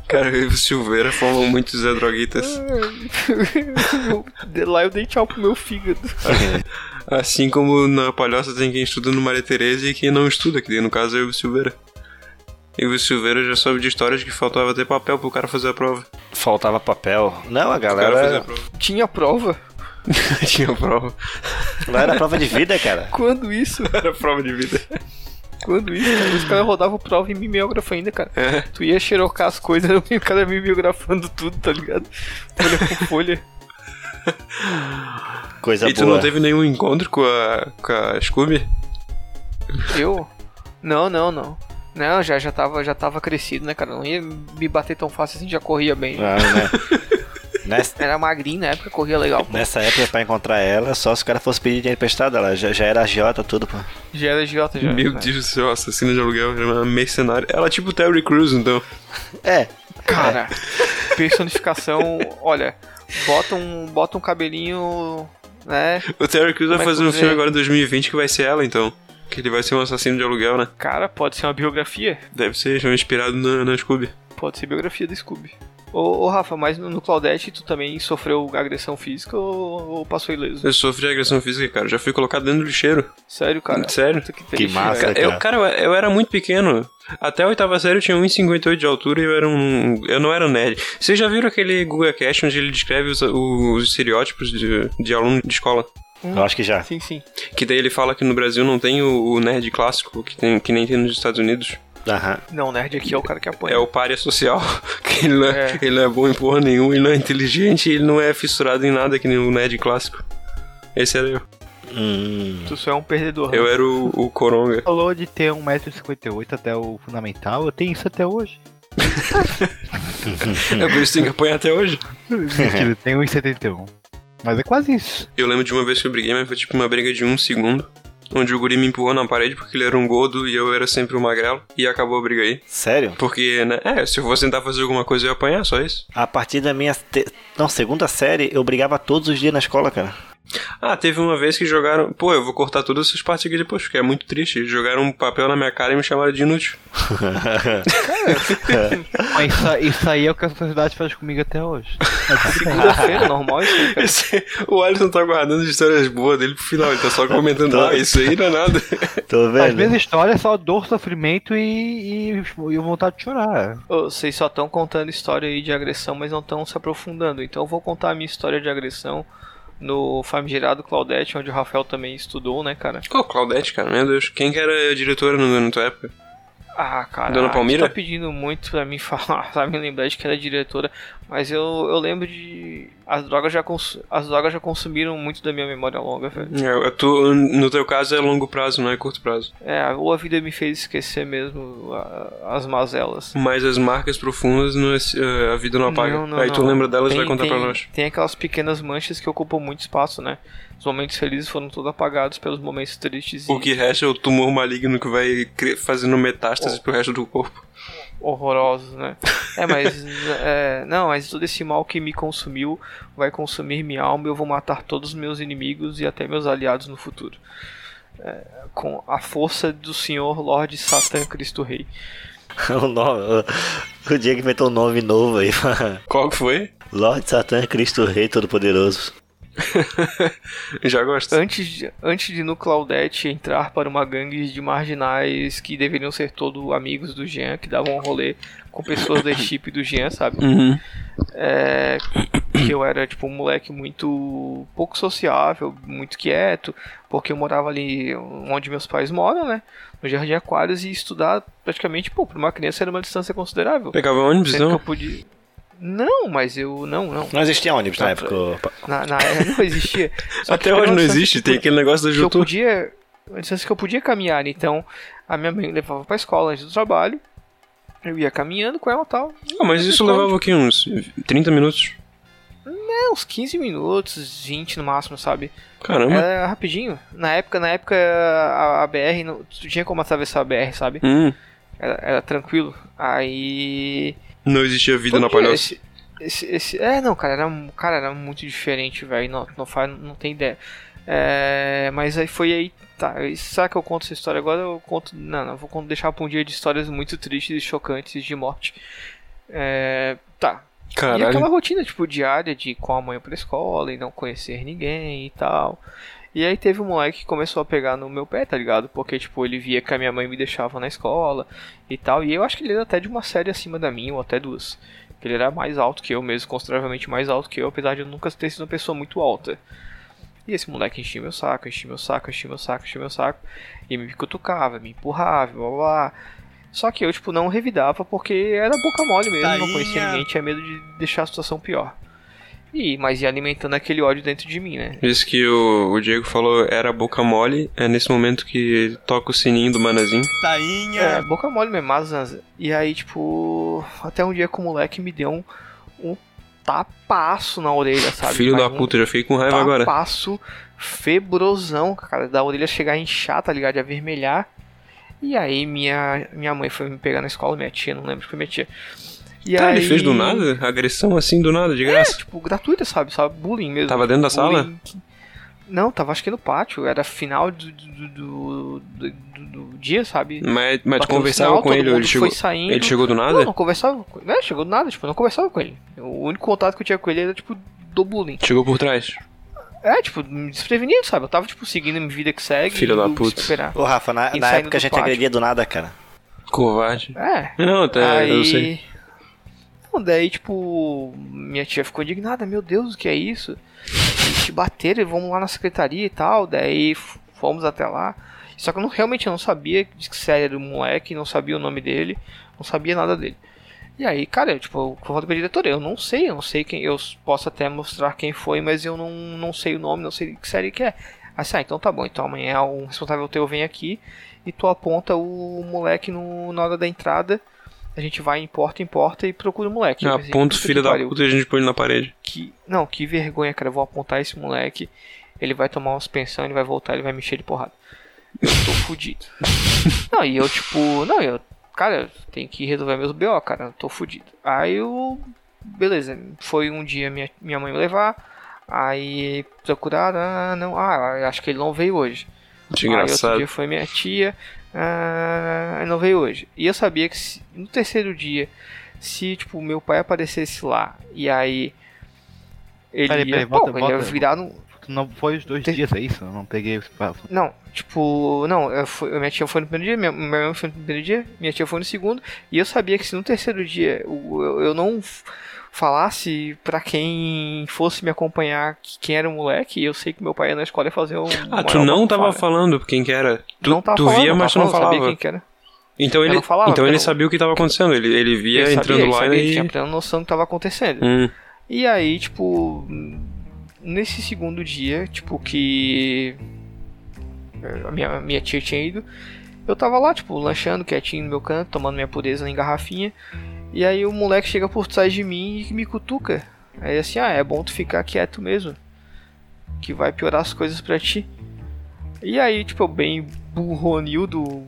Cara, o Ivo Silveira formou muitos Zé Droguitas.
Eu- Lá eu dei tchau pro meu fígado.
Assim como na Palhoça tem quem estuda no Maria Tereza e quem não estuda, que no caso é o Ivo Silveira. Ivo Silveira já soube de histórias que faltava até papel pro cara fazer a prova.
Faltava papel. Não, a
O cara fazia a
galera.
prova.
Tinha prova?
Tinha prova.
Lá era prova de vida, cara.
Quando isso?
Era prova de vida.
Quando isso? cara? Os caras rodavam prova em mimeógrafo ainda, cara.
É.
Tu ia xerocar as coisas, o cara mimeografando tudo, tá ligado? Folha por folha.
Coisa
e tu
Tá boa.
não teve nenhum encontro com a, com a Scooby?
Eu? Não, não, não. Não, já, já, tava, já tava crescido, né, cara? Não ia me bater tão fácil assim, já corria bem.
É.
Ah, né? Nessa,
Era magrinho na época, corria legal.
nessa época, pra encontrar ela, só se o cara fosse pedir dinheiro emprestado. Ela já, já era agiota, tudo, pô.
Já era idiota, já.
Meu
né?
Deus do céu, assassina de aluguel, era uma mercenária. Ela é tipo Terry Crews, então.
É.
Cara, personificação, olha, bota um, bota um cabelinho, né?
O Terry Crews vai
Como é que
fazer um
você-
filme agora em 2020 que vai ser ela, então. Que ele vai ser um assassino de aluguel, né?
Cara, pode ser uma biografia.
Deve ser, já inspirado na, na Scooby.
Pode ser biografia do Scooby. Ô, ô, Rafa, mas no, no Claudete tu também sofreu agressão física ou, ou passou ileso?
Eu sofri agressão física, cara. Já fui colocado dentro do lixeiro.
Sério, cara? é
Sério?
Puta
Que
triste,
massa.
velho.
Cara, eu, cara, eu eu era muito pequeno. Até a oitava série eu tinha 1,58 de altura e eu era um. Eu não era um nerd. Vocês já viram aquele Google Cast onde ele descreve os, os estereótipos de, de aluno de escola?
Eu acho que já.
Sim, sim.
Que daí ele fala que no Brasil não tem o, o nerd clássico, que, tem, que nem tem nos Estados Unidos.
Aham.
Não, nerd aqui é o cara que apanha.
É o pária social. Que ele, não é,
É.
ele não é bom em porra nenhuma, ele não é inteligente, ele não é fissurado em nada, que nem o Ned clássico. Esse era eu.
Hum.
Tu só é um perdedor.
Eu era o, o Coronga.
Falou de ter 1,58m até o fundamental, eu tenho isso até hoje.
É por isso que tem que apanhar até hoje.
Mentira, eu tenho 1,71. Mas é quase isso.
Eu lembro de uma vez que eu briguei, mas foi tipo uma briga de um segundo. Onde o guri me empurrou na parede porque ele era um gordo e eu era sempre um magrelo. E acabou a briga aí.
Sério?
Porque, né? É, se eu fosse tentar fazer alguma coisa eu ia apanhar, só isso.
A partir da minha. te- Não, segunda série, eu brigava todos os dias na escola, cara.
Ah, teve uma vez que jogaram. Pô, eu vou cortar todas essas partes aqui depois, porque é muito triste. Jogaram um papel na minha cara e me chamaram de inútil. É.
Mas isso, isso aí é o que a sociedade faz comigo até hoje.
Segunda-feira, normal isso aí, cara.
Esse- o Alisson tá guardando as histórias boas dele pro final, ele tá só comentando,
Tá.
ah, isso aí não é nada.
Tô
As
vendo.
minhas histórias é só dor, sofrimento e, e, e vontade de chorar.
Ô, Vocês só estão contando história aí de agressão, mas não estão se aprofundando. Então eu vou contar a minha história de agressão no famigerado Claudete, onde o Rafael também estudou, né, cara?
Ô, Claudete, cara, meu Deus, quem que era a diretora no- na tua época?
Ah, cara.
Dona Palmira?
Tá pedindo muito pra mim falar, pra me lembrar de que era diretora, mas eu, eu lembro de as drogas já cons- as drogas já consumiram muito da minha memória longa, velho.
É, tu- no teu caso é longo prazo, não é curto prazo.
É, ou a vida me fez esquecer mesmo a- as mazelas.
Mas as marcas profundas não é- eh, a vida não apaga.
Não, não,
aí tu
não.
lembra delas e
Tem-
vai contar
tem,
pra nós.
Tem aquelas pequenas manchas que ocupam muito espaço, né? Os momentos felizes foram todos apagados pelos momentos tristes
O
e
que resta é o tumor maligno que vai cre- fazendo metástase pro resto do corpo.
horrorosos, né? É, mas. é, não, mas todo esse mal que me consumiu vai consumir minha alma e eu vou matar todos os meus inimigos e até meus aliados no futuro. É, com a força do Senhor Lorde Satã Cristo Rei.
O nome. O Diego inventou um nome novo aí.
Qual que foi?
Lorde Satã, Cristo Rei Todo-Poderoso.
Já gosto.
Antes de, antes de no Claudete entrar para uma gangue de marginais que deveriam ser todo amigos do Jean, que davam um rolê com pessoas da chip do Jean, sabe?
Uhum.
É, que eu era tipo um moleque muito pouco sociável, muito quieto, porque eu morava ali onde meus pais moram, né? No Jardim Aquários e estudar praticamente, pô, para uma criança era uma distância considerável.
Pegava ônibus,
Sendo que eu
não?
podia. Não, mas eu não, não.
Não existia ônibus na
Tá,
época. opa.
Na, na época não existia. Só que
Até hoje
era
não
uma distância
existe, tem aquele negócio da
que eu
Jutu.
podia. Uma distância que eu podia caminhar, então a minha mãe levava pra escola antes do trabalho. Eu ia caminhando com ela e tal.
Ah, mas isso levava aqui uns 30 minutos.
É, uns 15 minutos, 20 no máximo, sabe?
Caramba.
Era rapidinho. Na época, na época a, a BR não tu tinha como atravessar a BR, sabe?
Hum,
Era, era tranquilo. Aí.
não existia vida na
Todo dia
palhoça.
esse, esse, esse- É, não, cara, era, mu- cara, era muito diferente, velho. Não, não faz, não tem ideia. É, mas aí foi aí. Tá, e será que eu conto essa história agora? Eu conto. Não, não, vou con- deixar pra um dia de histórias muito tristes e chocantes de morte. É, tá, e
Caralho.
aquela rotina, tipo, diária de ir com a mãe pra escola e não conhecer ninguém e tal. E aí teve um moleque que começou a pegar no meu pé, tá ligado? Porque, tipo, ele via que a minha mãe me deixava na escola e tal. E eu acho que ele era até de uma série acima da minha, ou até duas. Ele era mais alto que eu mesmo, consideravelmente mais alto que eu, apesar de eu nunca ter sido uma pessoa muito alta. E esse moleque enchia meu saco, enchia meu saco, enchia meu saco, enchia meu saco. E me cutucava, me empurrava, blá blá blá. Só que eu, tipo, não revidava porque era boca mole mesmo, não conhecia ninguém, tinha medo de deixar a situação pior. E, mas ia alimentando aquele ódio dentro de mim, né?
Isso que o, o Diego falou era boca mole, é nesse momento que ele toca o sininho do manazinho.
É, boca mole mesmo, mas E aí, tipo, até um dia que o moleque me deu um, um tapaço na orelha, sabe?
Filho
Mas
da
um
puta, já fiquei com raiva agora.
Tapaço febrosão, cara, da orelha chegar a inchar, tá ligado? De avermelhar. E aí minha, minha mãe foi me pegar na escola, minha tia, não lembro que foi minha tia. E
Tá,
aí,
ele fez do nada? Agressão assim do nada, de
É,
graça.
tipo, gratuita, sabe? Sabe, bullying mesmo.
Tava dentro da sala?
Bullying que- Não, tava acho que no pátio, era final do, do, do, do- do- do dia, sabe?
Mas, mas tu
Bateu no
conversava
sinal,
com
todo
ele, ou
mundo
ele chegou,
Foi saindo.
ele chegou do
Não,
nada?
não conversava com ele. Não, chegou do nada, tipo, eu não conversava com ele. O único contato que eu tinha com ele era, tipo, do bullying.
Chegou por trás.
É, tipo, me desprevenido, sabe? Eu tava, tipo, seguindo a minha vida que segue.
Filho
e
da
eu
puta.
esperar.
Ô, Rafa, na,
E
na
saindo
época a
do
gente
pátio.
agredia do nada, cara.
Covarde.
É.
Não, tá,
aí...
eu sei.
Não, daí, tipo, minha tia ficou indignada, meu Deus, o que é isso? Eles te bateram, vamos lá na secretaria e tal. Daí f- fomos até lá. Só que eu não, realmente eu não sabia que série era o moleque, não sabia o nome dele, não sabia nada dele. E aí, cara, eu, tipo, eu falei pra diretora, eu não sei, eu não sei quem, eu posso até mostrar quem foi, mas eu não, não sei o nome, não sei que série que é. Assim, ah, então tá bom, então amanhã um responsável teu vem aqui e tu aponta o moleque no, na hora da entrada, a gente vai em porta em porta e procura o moleque. Eu
Ah,
pensei,
ponto
tipo assim, puta que
filho da
pariu.
puta e a gente põe ele na parede.
Que, não, que vergonha, cara. Eu vou apontar esse moleque. Ele vai tomar uma suspensão, ele vai voltar, ele vai me encher de porrada. Eu tô fudido. Não, e eu, tipo, não, eu, cara, eu tenho que resolver meus BO, cara. Eu tô fudido. Aí eu, beleza, foi um dia minha, minha mãe me levar. Aí procuraram, ah, não, ah, acho que ele não veio hoje.
Que
Aí outro
engraçado.
dia foi minha tia. Ah, não veio hoje. E eu sabia que se- no terceiro dia, se tipo meu pai aparecesse lá e aí ele
Peraí,
ia,
peraí,
pô,
volta,
ele ia
volta.
virar no
Tu Não foi os dois
Tem-
dias, é isso? Eu não peguei esse papo.
não, tipo, não, eu fui, minha tia foi no primeiro dia, minha, minha mãe foi no primeiro dia, minha tia foi no segundo, e eu sabia que se no terceiro dia eu, eu- eu não f- falasse pra quem fosse me acompanhar que- quem era o moleque, eu sei que meu pai ia na escola ia fazer um o.
Ah, tu não tava falando quem que era. Tu,
né? não tava
tu
falando,
via, mas tu
tava
não
falando, eu
falava.
sabia quem que era.
Então
Eu
ele,
não falava,
então ele
porque eu-
sabia o que tava acontecendo. Ele, ele via
Ele sabia,
entrando
ele
lá
sabia, ele
e.
tinha plena noção do que tava acontecendo.
Hum.
E aí, tipo, nesse segundo dia, tipo, que eh, a minha, minha tia tinha ido, eu tava lá, tipo, lanchando quietinho no meu canto, tomando minha pureza em garrafinha. E aí o moleque chega por trás de mim e me cutuca. Aí assim, ah, é bom tu ficar quieto mesmo. Que vai piorar as coisas pra ti. E aí, tipo, eu bem burronildo,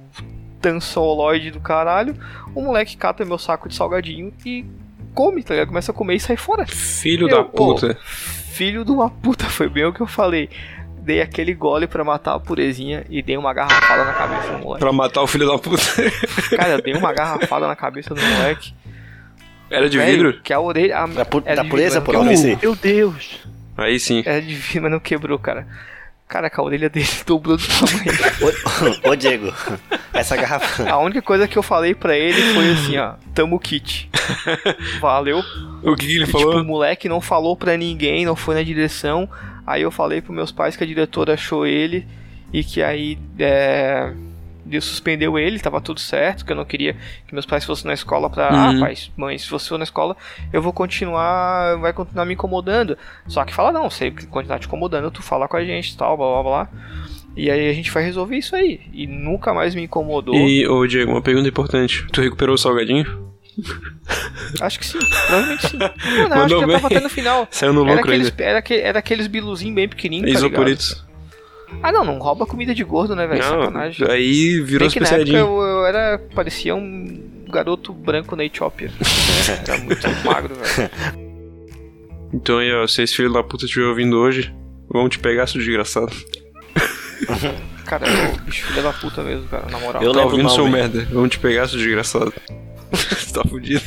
tansoloide do caralho, o moleque cata meu saco de salgadinho e come, tá ligado? Começa a comer e sai fora.
Filho
Eu,
da puta.
ô, filho de uma puta, foi bem o que eu falei. Dei aquele gole pra matar a purezinha e dei uma garrafada na cabeça do moleque.
Pra matar o filho da puta.
Cara, eu dei uma garrafada na cabeça do moleque.
Era de
Velho,
vidro?
Que a orelha. A,
Da, pu
era
da
de
pureza, por
vidro,
onde
mas não
esse?
quebrou.
Meu Deus!
Aí sim.
Era é de vidro, mas não quebrou, cara. Cara, que a orelha dele dobrou do tamanho.
assim. Ô, ô, Diego, essa garrafa.
A única coisa que eu falei pra ele foi assim, ó. Tamo kit. Valeu,
O que, que ele
E, tipo, o
falou?
moleque não falou pra ninguém, não foi na direção. Aí eu falei pros meus pais que a diretora achou ele e que aí é, Deus suspendeu ele, tava tudo certo, que eu não queria que meus pais fossem na escola pra.
Uhum.
Ah, pais, mãe, se você for na escola, eu vou continuar. Vai continuar me incomodando. Só que fala, não, se ele continuar te incomodando, tu fala com a gente e tal, blá blá blá. E aí a gente vai resolver isso aí. E nunca mais me incomodou.
E, ô Diego, uma pergunta importante. Tu recuperou o salgadinho?
Acho que sim, provavelmente sim. Mano, eu acho
Mandou
que eu tava
bem.
até no final.
Saiu no
Era
lucro
aqueles,
ainda.
era, aque- era aqueles biluzinhos bem pequenininhos, tá ligado?
Isoporitos.
Ah, não, não rouba comida de gordo, né, velho? Sacanagem.
Não, aí virou
Bem que na época
especiadinho.
eu, eu era, parecia um garoto branco na Etiópia. né? era muito magro, velho.
Então aí, ó, se esse filho da puta estiver ouvindo hoje, vão te pegar, seu desgraçado.
Cara, eu, bicho, filha da puta mesmo, cara, na moral.
Eu
tá
lembro
ouvindo,
o
seu
nome.
merda. Vão te pegar, seu desgraçado. Você tá fudido.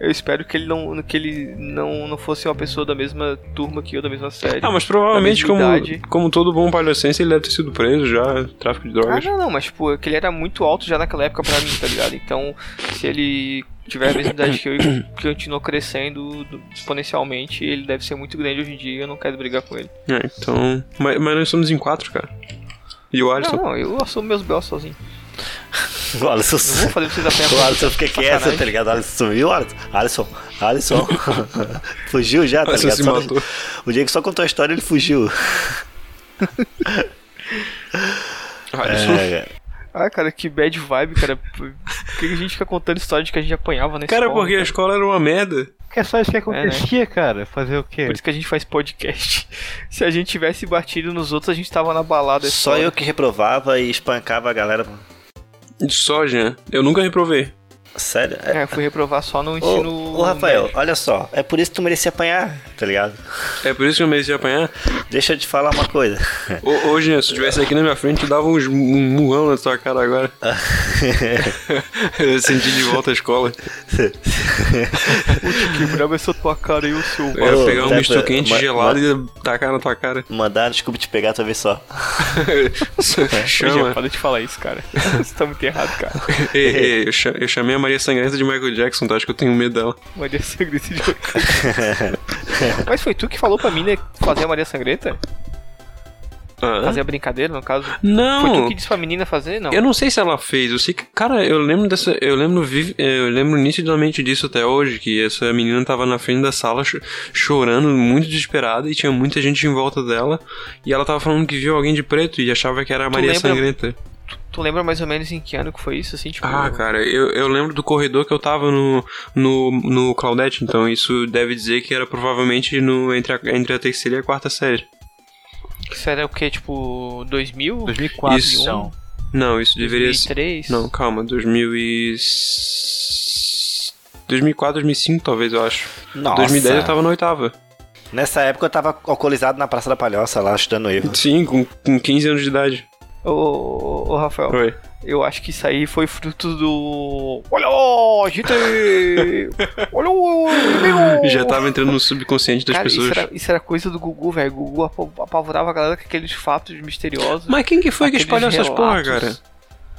Eu espero que ele não que ele não, não fosse uma pessoa da mesma turma que eu, da mesma série.
Ah, mas provavelmente,
Da
como,
mesma idade.
como todo bom paliocense, ele deve ter sido preso já, tráfico de
Ah,
drogas.
não, não, mas tipo, é que ele era muito alto já naquela época pra mim, tá ligado? Então, se ele tiver a mesma idade que eu e continuou crescendo do- exponencialmente, ele deve ser muito grande hoje em dia e eu não quero brigar com ele.
É, então. Mas, mas nós somos em quatro, cara. E o
Não,
Alisson.
não, eu assumo meus B.O. sozinho.
O
Não vou
Alisson.
fazer vocês
O
apanhar.
Alisson fica quieto, tá ligado? O Alisson sumiu, Alisson. Alisson, Alisson. fugiu já, tá
Alisson
ligado?
se
Só-
matou.
O Diego só contou a história e ele fugiu.
Alisson.
É,
Ah, cara, que bad vibe, cara. Por que a gente fica contando história de que a gente apanhava nesse
Cara, porque a escola era uma merda.
Que é só isso que acontecia, cara. Fazer o quê?
né? Por isso que a gente faz podcast. Se a gente tivesse batido nos outros, a gente tava na balada. é
Só eu que reprovava e espancava a galera.
Só, Jean. Eu nunca reprovei.
Sério? É.
É, eu fui reprovar só no
Ô,
ensino.
ô, Rafael, olha só, é por isso que tu merecia apanhar, tá ligado?
É por isso que eu mereci apanhar.
Deixa eu te falar uma coisa.
Ô, ô Jean, se tu tivesse aqui na minha frente, eu dava uns, um murrão na tua cara agora. eu senti de volta a escola.
Que brabo essa tua cara aí, o seu.
Eu ia
Ô,
pegar um
tá,
misto
tá,
quente
ma-
gelado e tacar na tua cara.
Mandaram, desculpa te pegar, talvez só.
Chama.
Chama.
Para é de falar isso, cara. Você tá muito errado, cara.
Ei, ei, eu, cha- eu chamei a Maria Sangrenta de Michael Jackson, tá? Acho que eu tenho medo dela.
Maria Sangrenta de Mas foi tu que falou pra mim, né? Fazer a Maria Sangrenta?
Hã?
Fazer a brincadeira, no caso. Foi tu
Não,
que disse pra menina fazer? Não.
eu não sei se ela fez. Eu sei que, cara, eu lembro dessa. Eu lembro, vi- eu lembro nitidamente disso até hoje. Que essa menina tava na frente da sala cho- chorando, muito desesperada. E tinha muita gente em volta dela. E ela tava falando que viu alguém de preto e achava que era a Maria
lembra-
Sangrenta.
Tu lembra mais ou menos em que ano que foi isso, assim? Tipo,
Ah, cara, eu, eu lembro do corredor que eu tava no, no, no Claudete, então isso deve dizer que era provavelmente no, entre, a, entre a terceira e a quarta série.
Isso era o quê? Tipo, 2000?
2004,
Isso.
então.
Não, isso deveria ser.
2003?
Não, calma, 2000 e... s- 2004, 2005 talvez, eu acho.
Nossa.
2010 eu tava na oitava.
Nessa época eu tava alcoolizado na Praça da Palhoça lá, estudando Eva.
Sim, com, com 15 anos de idade.
Ô, ô, ô, Rafael,
Foi.
eu acho que isso aí foi fruto do. Olha, gente! Olha o inimigo!
Já tá tava entrando no subconsciente das
Cara,
pessoas.
Isso, era, isso era coisa do Gugu, velho. O Gugu apo- apavorava a galera com aqueles fatos misteriosos.
Mas quem que foi que espalhou essas porra, cara?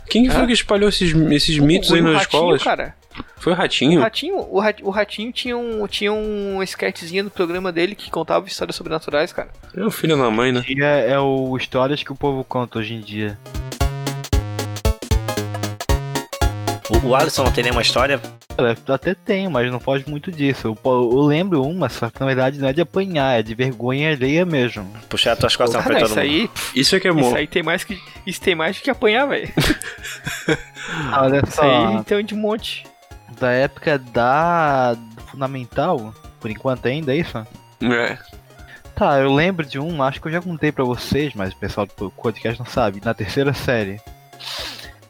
Quem que
Hã?
foi que espalhou esses, esses mitos aí nas
ratinho,
escolas?
Cara,
Foi o
o
Ratinho?
ratinho, o, Ra- o ratinho tinha um, tinha um sketchzinho do programa dele que contava histórias sobrenaturais, cara.
É o filho da mãe, né?
E é, é o histórias que o povo conta hoje em dia.
O, o Alisson não tem nenhuma história.
Cara, até tem, mas não foge muito disso. Eu, po- eu lembro uma, só que na verdade não é de apanhar, é de vergonha alheia mesmo.
Puxar as tuas costas pra
Cara,
Tá todo
isso
mundo.
aí,
Isso é que é bom.
isso aí tem mais que isso tem mais que apanhar, velho.
Ah, olha
Isso aí
só,
tem de monte.
da época da do fundamental, por enquanto ainda é isso?
É.
Tá, eu lembro de um, acho que eu já contei pra vocês, mas o pessoal do podcast não sabe, na terceira série.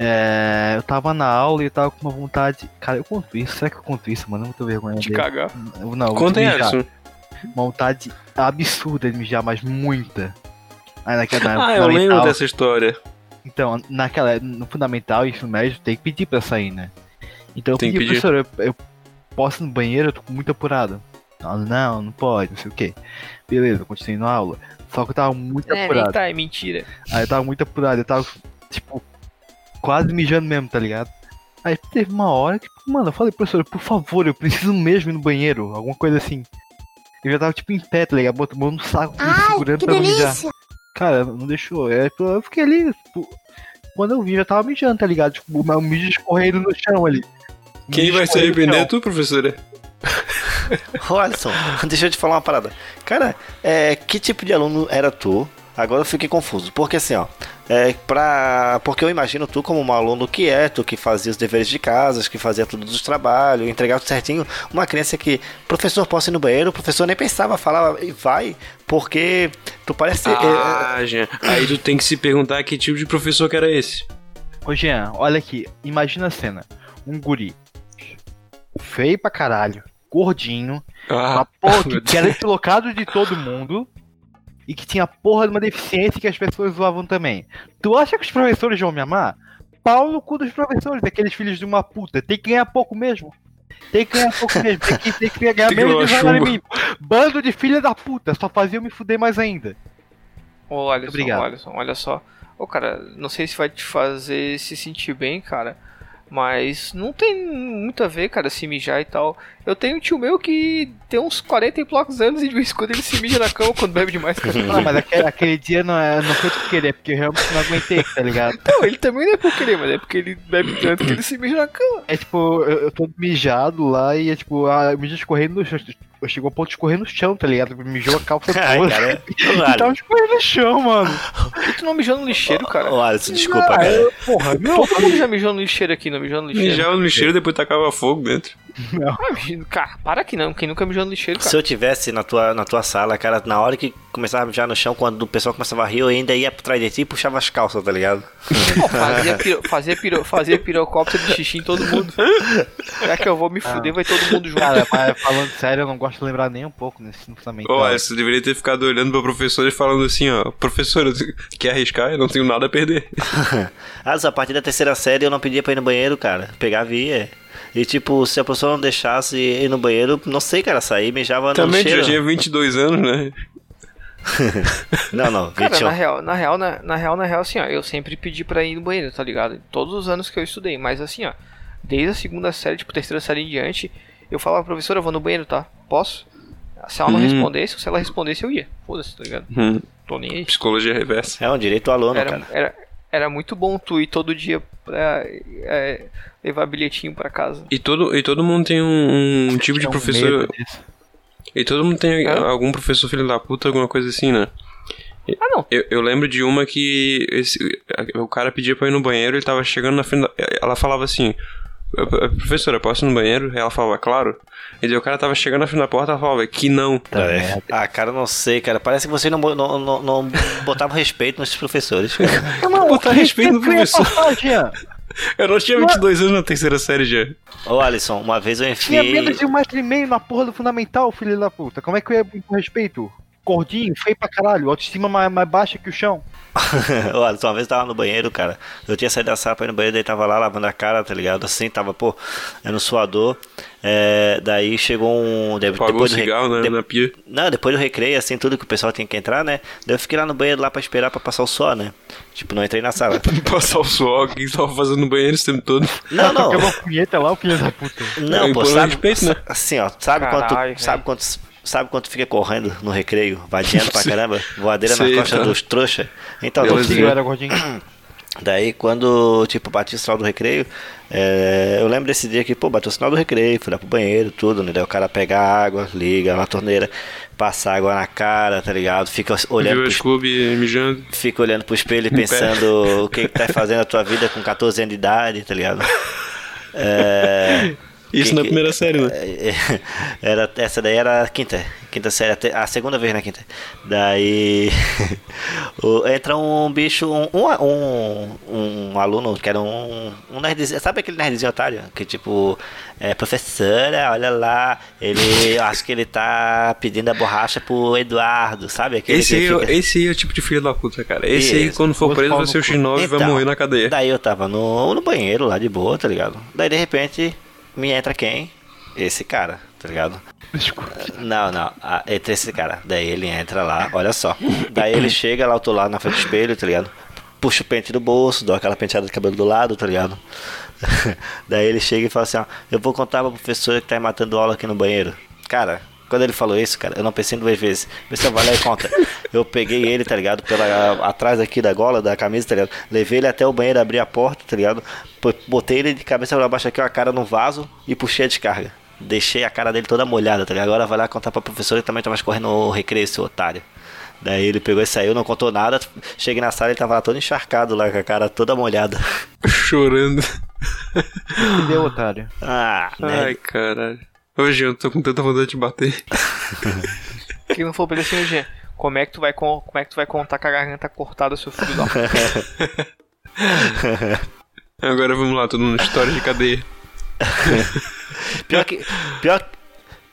É, eu tava na aula e eu tava com uma vontade. Cara, eu conto isso? Será que eu conto isso, mano? Muita vergonha.
De
alheia.
cagar.
Eu- Não, eu
Conta aí,
mijar.
Alisson.
Uma vontade absurda de mijar, mas muita. Aí naquela na
Ah, eu lembro
É, fundamental-
dessa história.
Então, naquela, no fundamental, isso médio, tem que pedir pra sair, né? Então eu
Tem que
pedi,
pedir.
professor, eu, eu posso ir no banheiro, eu tô muito apurado. Ela, não, não pode, não sei o quê. Beleza, eu continuei na aula. Só que eu tava muito
É, nem
apurado.
tá, é mentira.
Aí eu tava muito apurado, eu tava, tipo, quase mijando mesmo, tá ligado? Aí teve uma hora que, tipo, mano, eu falei, professor, por favor, eu preciso mesmo ir no banheiro, alguma coisa assim. Eu já tava, tipo, em pé, tá ligado? Botando a mão no saco, me segurando pra não mijar. Cara, não deixou. Aí eu eu fiquei ali, tipo, quando eu vi, já tava mijando, tá ligado? Tipo, o mijo escorrendo no chão ali. Um
Quem
Mijo
vai se
escorrendo no
arrepender é
chão.
tu, professora.
Ô, Alisson, deixa eu te falar uma parada. Cara, é, que tipo de aluno era tu? Agora eu fiquei confuso. Porque assim, ó. É, pra, porque eu imagino tu como um aluno quieto, que fazia os deveres de casa, que fazia todos os trabalhos, entregava tudo certinho. Uma criança que, professor, posso ir no banheiro? O professor nem pensava, falava, "E vai, porque tu parece. ser- é,
Ah, Jean. Aí tu tem que se perguntar que tipo de professor que era esse.
Ô, Jean, olha aqui. Imagina a cena. Um guri. Feio pra caralho. Gordinho.
Ah,
uma porra
meu
que,
Deus.
que era deslocado de todo mundo. E que tinha porra de uma deficiência que as pessoas zoavam também. Tu acha que os professores vão me amar? Pau no cu dos professores, aqueles filhos de uma puta. Tem que ganhar pouco mesmo. Tem que ganhar pouco mesmo. Tem que, tem que ganhar
Tem que
menos
levar
de salário
chumbo.
mínimo. Bando de filha da puta. Só fazia eu me fuder mais ainda.
Ô, Alisson,
Obrigado.
ô, Alisson, olha só. Ô, cara, não sei se vai te fazer se sentir bem, cara. Mas não tem muito a ver, cara, se mijar e tal. Eu tenho um tio meu que tem uns 40 e poucos anos e de vez em quando ele se mija na cama quando bebe demais, cara.
Ah, mas aquele, aquele dia não, é- não foi de querer, porque eu realmente não aguentei, tá ligado?
Não, ele também não é por querer, mas é porque ele bebe tanto que ele se mija na cama.
É tipo, eu, eu tô mijado lá e é tipo, a mija escorrendo no chão. Eu chegou ao ponto de escorrer no chão, tá ligado? Mijou a calça
Ai,
toda.
cara,
E
é-
tava escorrendo no chão, tipo, mano.
E tu não mijou no lixeiro, cara?
Ô, Alisson, desculpa,
Ah,
cara.
eu- porra, meu.
Todo mundo já mijou no lixeiro aqui, não mijou no lixeiro.
Mijava no lixeiro e depois tacava fogo dentro.
Ah, mijou- cara, para que não. Quem nunca mijou no lixeiro, cara?
Se eu tivesse na tua, na tua sala, cara, na hora que começava a mijar no chão, quando o pessoal começava a rir, eu ainda ia atrás de ti e puxava as calças, tá ligado?
Pô, fazia, piro, fazia, piro, fazia pirocóptero de xixi em todo mundo. Será que eu vou me fuder? Vai todo mundo junto.
Cara, mas falando sério, eu não gosto de lembrar nem um pouco nesse fundamental.
Ó, você deveria ter ficado olhando pra professora e falando assim, ó, professora, quer arriscar? Eu não tenho nada a perder.
Ah, a partir da terceira série eu não pedia pra ir no banheiro, cara. Pegava e ia. E tipo, se a professora não deixasse ir no banheiro, não sei, cara, sair mijava no
Também tu já
lixeiro.
tinha 22 anos, né?
Não, não,
Cara,
21.
na real, na real, na, na real, na real, assim, ó, eu sempre pedi pra ir no banheiro, tá ligado? Todos os anos que eu estudei, mas assim, ó, desde a segunda série, tipo, terceira série em diante, eu falava, professora, eu vou no banheiro, tá? Posso? Se ela não
Hum.
respondesse, ou se ela respondesse, eu ia. Foda-se, tá ligado?
Hum.
tô nem aí.
Psicologia reversa.
É um direito ao aluno,
Era,
cara.
era, era muito bom tu ir todo dia pra é, levar bilhetinho pra casa.
E todo, e todo mundo tem um, um tipo de
Tinha um
professor.
medo disso.
E todo mundo tem
Hã?
algum professor filho da puta, alguma coisa assim, né?
Ah, não.
Eu, eu lembro de uma que esse- o cara pedia pra eu ir no banheiro, ele tava chegando na frente da, Ela falava assim, professora, posso ir no banheiro? Ela falava, claro. E daí o cara tava chegando na frente da porta, ela falava, que não.
É. Ah, cara, eu não sei, cara. Parece que você não, bo- não, não, não botava respeito nos respeitores, cara.
Não,
Botar
o que-
respeito no
que eu ia
professor.
falar, Jean?
Eu não tinha 22 anos na terceira série já.
Ô, Alisson, uma vez eu
Tinha menos
enfiei.
de um metro e meio na porra do fundamental, filho da puta. Como é que eu ia com respeito? Gordinho, feio pra caralho, autoestima mais, mais baixa que o chão.
Ô, Alisson, uma vez eu tava no banheiro, cara. Eu tinha saído da sala pra ir no banheiro, daí tava lá lavando a cara, tá ligado? Assim, tava, pô, era um suador. É, daí chegou um. de-
Pagou o
do re-
cigarro né? na,
de-
na pia.
Não, depois do recreio, assim, tudo que o pessoal tinha que entrar, né? Daí eu fiquei lá no banheiro lá pra esperar pra passar o sol, né? Tipo, não entrei na sala.
Passar o suor, que tava fazendo no banheiro esse tempo todo.
Não, não.
Porque uma punheta lá, o filho da puta.
Não,
É,
pô,
pelo
sabe,
respeito, né?
assim, ó, sabe
Caralho,
quanto,
velho.
sabe quanto, sabe quanto fica correndo no recreio, vadiando pra
Sei.
caramba, voadeira
Sei,
na costa
tá.
dos trouxa. Então,
Beleza.
Gordinho, eu era gordinho.
daí quando, tipo, bati o sinal do recreio, é, eu lembro desse dia que, pô, bateu o sinal do recreio, fui lá pro banheiro, tudo, né, daí o cara pega a água, liga na torneira, passa água na cara, tá ligado, fica olhando
Viu
pro
as clubes mijando.
fica olhando pro espelho e pensando o que, que tá fazendo a tua vida com 14 anos de idade, tá ligado? É,
Isso
Que-
na
que-
primeira série, né?
é, era, essa daí era a quinta, quinta série, a te- a segunda vez na quinta. Daí o- entra um bicho, um, um, um, um aluno que era um, um nerdzinho, sabe aquele nerdzinho otário? Que tipo, é, professora, olha lá, ele, eu acho que ele tá pedindo a borracha pro Eduardo, sabe? Aquele que
Esse aí, é o-
fica-
esse aí é o tipo de filho da puta, cara. Esse aí,
Isso.
quando for
Os
preso,
pau
vai ser o
no cu.
X9 e vai
Então,
morrer na cadeia.
Daí eu tava no, no banheiro lá de boa, tá ligado? Daí de repente me entra quem? Esse cara, tá ligado? Não, não, ah, entra esse cara. Daí ele entra lá, olha só. Daí ele chega lá, eu tô lá na frente do espelho, tá ligado? Puxa o pente do bolso, dou aquela penteada de cabelo do lado, tá ligado? Daí ele chega e fala assim: ó, eu vou contar pra professora que tá matando aula aqui no banheiro. Cara, quando ele falou isso, cara, eu não pensei duas vezes. Pensei, vai lá e conta. Eu peguei ele, tá ligado? Pela, atrás aqui da gola, da camisa, tá ligado? Levei ele até o banheiro, abri a porta, tá ligado? Pô, Botei ele de cabeça pra baixo aqui, ó, a cara no vaso e puxei a descarga. Deixei a cara dele toda molhada, tá ligado? Agora vai lá contar pra professora que também tá mais correndo no recreio, seu otário. Daí ele pegou e saiu, não contou nada. Cheguei na sala, ele tava lá todo encharcado, lá com a cara toda molhada.
Chorando.
Que deu, otário.
Ah, né?
Ai, caralho. Hoje eu tô com tanta vontade de bater.
Quem não for pra ele assim, Jean, como é que tu vai, con- como é que tu vai contar com a garganta cortada, seu filho da
Agora vamos lá, todo mundo, história de cadeia.
Pior que, pior,